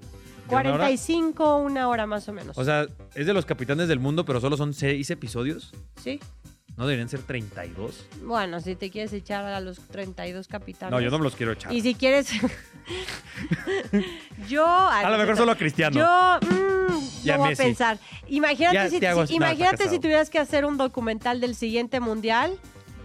S4: una hora?
S5: 45, una hora más o menos.
S4: O sea, es de los capitanes del mundo, pero solo son seis episodios.
S5: sí.
S4: ¿No deberían ser 32?
S5: Bueno, si te quieres echar a los 32 capitanes.
S4: No, yo no me los quiero echar.
S5: Y si quieres. yo. ah,
S4: A lo mejor solo a Cristiano.
S5: Yo. mm,
S4: Y a
S5: no voy a
S4: Messi.
S5: pensar.
S4: Ya
S5: Imagínate, si,
S4: Thiago
S5: si-
S4: es- no, está
S5: imagínate
S4: casado.
S5: si tuvieras que hacer un documental del siguiente mundial.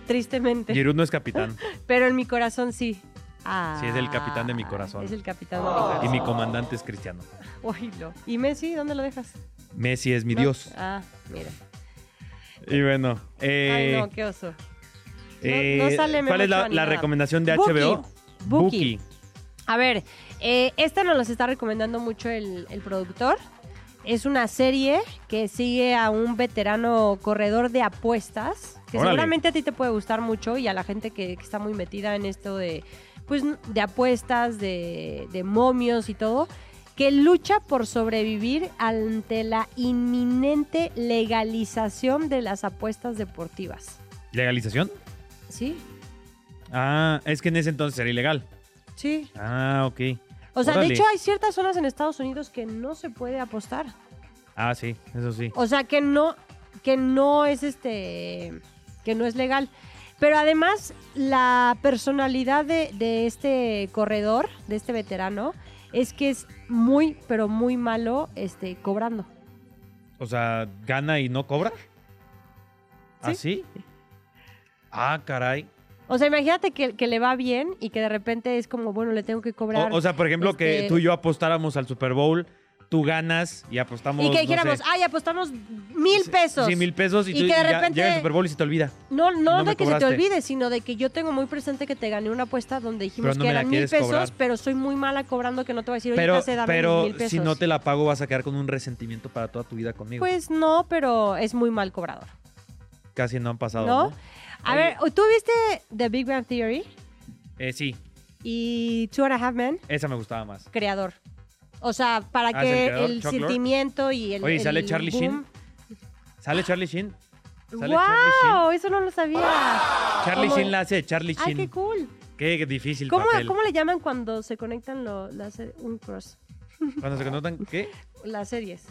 S5: Tristemente.
S4: Giroud no es capitán.
S5: Pero en mi corazón sí. Ah,
S4: Sí, es el capitán de mi corazón.
S5: Es el capitán de mi corazón.
S4: Y mi comandante es Cristiano.
S5: Oílo. ¿Y Messi? ¿Dónde lo dejas?
S4: Messi es mi
S5: No.
S4: Dios.
S5: Ah, mira.
S4: Y bueno, eh,
S5: Ay, no, qué oso.
S4: eh,
S5: no sale
S4: ¿cuál
S5: Memo
S4: es la,
S5: Ochoa ni
S4: la
S5: nada.
S4: recomendación de
S5: Buki.
S4: HBO?
S5: Buki. A ver, eh, esta nos los está recomendando mucho el, el productor. Es una serie que sigue a un veterano corredor de apuestas, que
S4: Órale.
S5: seguramente a ti te puede gustar mucho y a la gente que, que está muy metida en esto de, pues, de apuestas, de, de momios y todo, que lucha por sobrevivir ante la inminente legalización de las apuestas deportivas.
S4: ¿Legalización?
S5: ¿Sí?
S4: Ah, es que en ese entonces era ilegal.
S5: Sí.
S4: Ah, ok.
S5: O sea,
S4: Órale.
S5: de hecho hay ciertas zonas en Estados Unidos que no se puede apostar.
S4: Ah, sí, eso sí.
S5: O sea, que no, que no es este, que no es legal. Pero además, la personalidad de, de este corredor, de este veterano, es que es muy, pero muy malo este, cobrando.
S4: O sea, gana y no cobra. ¿Ah, sí? Ah, caray.
S5: O sea, imagínate que, que le va bien y que de repente es como, bueno, le tengo que
S4: O,
S5: cobrar.
S4: o sea, por ejemplo, que
S5: este-
S4: tú y yo apostáramos al Super Bowl, tú ganas y apostamos.
S5: y que
S4: no
S5: dijéramos,
S4: sé,
S5: ay, apostamos mil pesos.
S4: Sí, mil pesos y,
S5: Y
S4: tú
S5: que de
S4: ya
S5: repente-
S4: llega el Super Bowl y se te olvida.
S5: No, no,
S4: no me
S5: de que
S4: cobraste.
S5: se te olvide, sino de que yo tengo muy presente que te gané una apuesta donde
S4: Pero
S5: dijimos
S4: no
S5: que
S4: me la
S5: eran mil
S4: quieres
S5: pesos,
S4: cobrar.
S5: pero soy muy mala cobrando que no te voy a decir, oye,
S4: Pero,
S5: Case, dame mis mil
S4: pero
S5: pesos.
S4: si no te la pago, vas a quedar con un resentimiento para toda tu vida conmigo.
S5: Pues no, pero es muy mal cobrador,
S4: Casi no han pasado.
S5: ¿no?
S4: ¿no?
S5: A ver, ¿tú viste The Big Bang Theory
S4: Eh, sí,
S5: y Two and a Half Men?
S4: esa me gustaba más.
S5: Creador. O sea, para
S4: Ah, ¿es el
S5: que
S4: creador?
S5: el
S4: ¿Chuck Lorre?
S5: sentimiento y el
S4: Oye, ¿y sale
S5: el
S4: Charlie
S5: boom- Ah.
S4: ¿Sale Charlie Sheen? ¿Sale
S5: ¡Wow! Eso no lo sabía.
S4: Charlie Sheen? Charlie
S5: ¿Cómo?
S4: Sheen la hace, Charlie
S5: ¡Ay,
S4: Sheen.
S5: qué cool!
S4: qué, difícil
S5: ¿Cómo,
S4: papel.
S5: ¿Cómo le llaman cuando se conectan lo- las, eh, un cross?
S4: Cuando se conectan, ¿qué?
S5: Las series.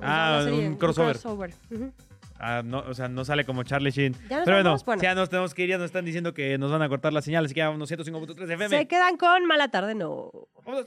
S5: O
S4: Ah,
S5: la serie,
S4: un crossover.
S5: Ujú.
S4: Ah, no, o sea, no sale como Charlie Sheen.
S5: ¿Ya nos
S4: Pero bueno,
S5: vamos? Bueno.
S4: ya nos tenemos que ir, ya nos están diciendo que nos van a cortar la señal, así que ya vámonos 105.3 FM.
S5: Se quedan con mala tarde, no.
S4: Vámonos.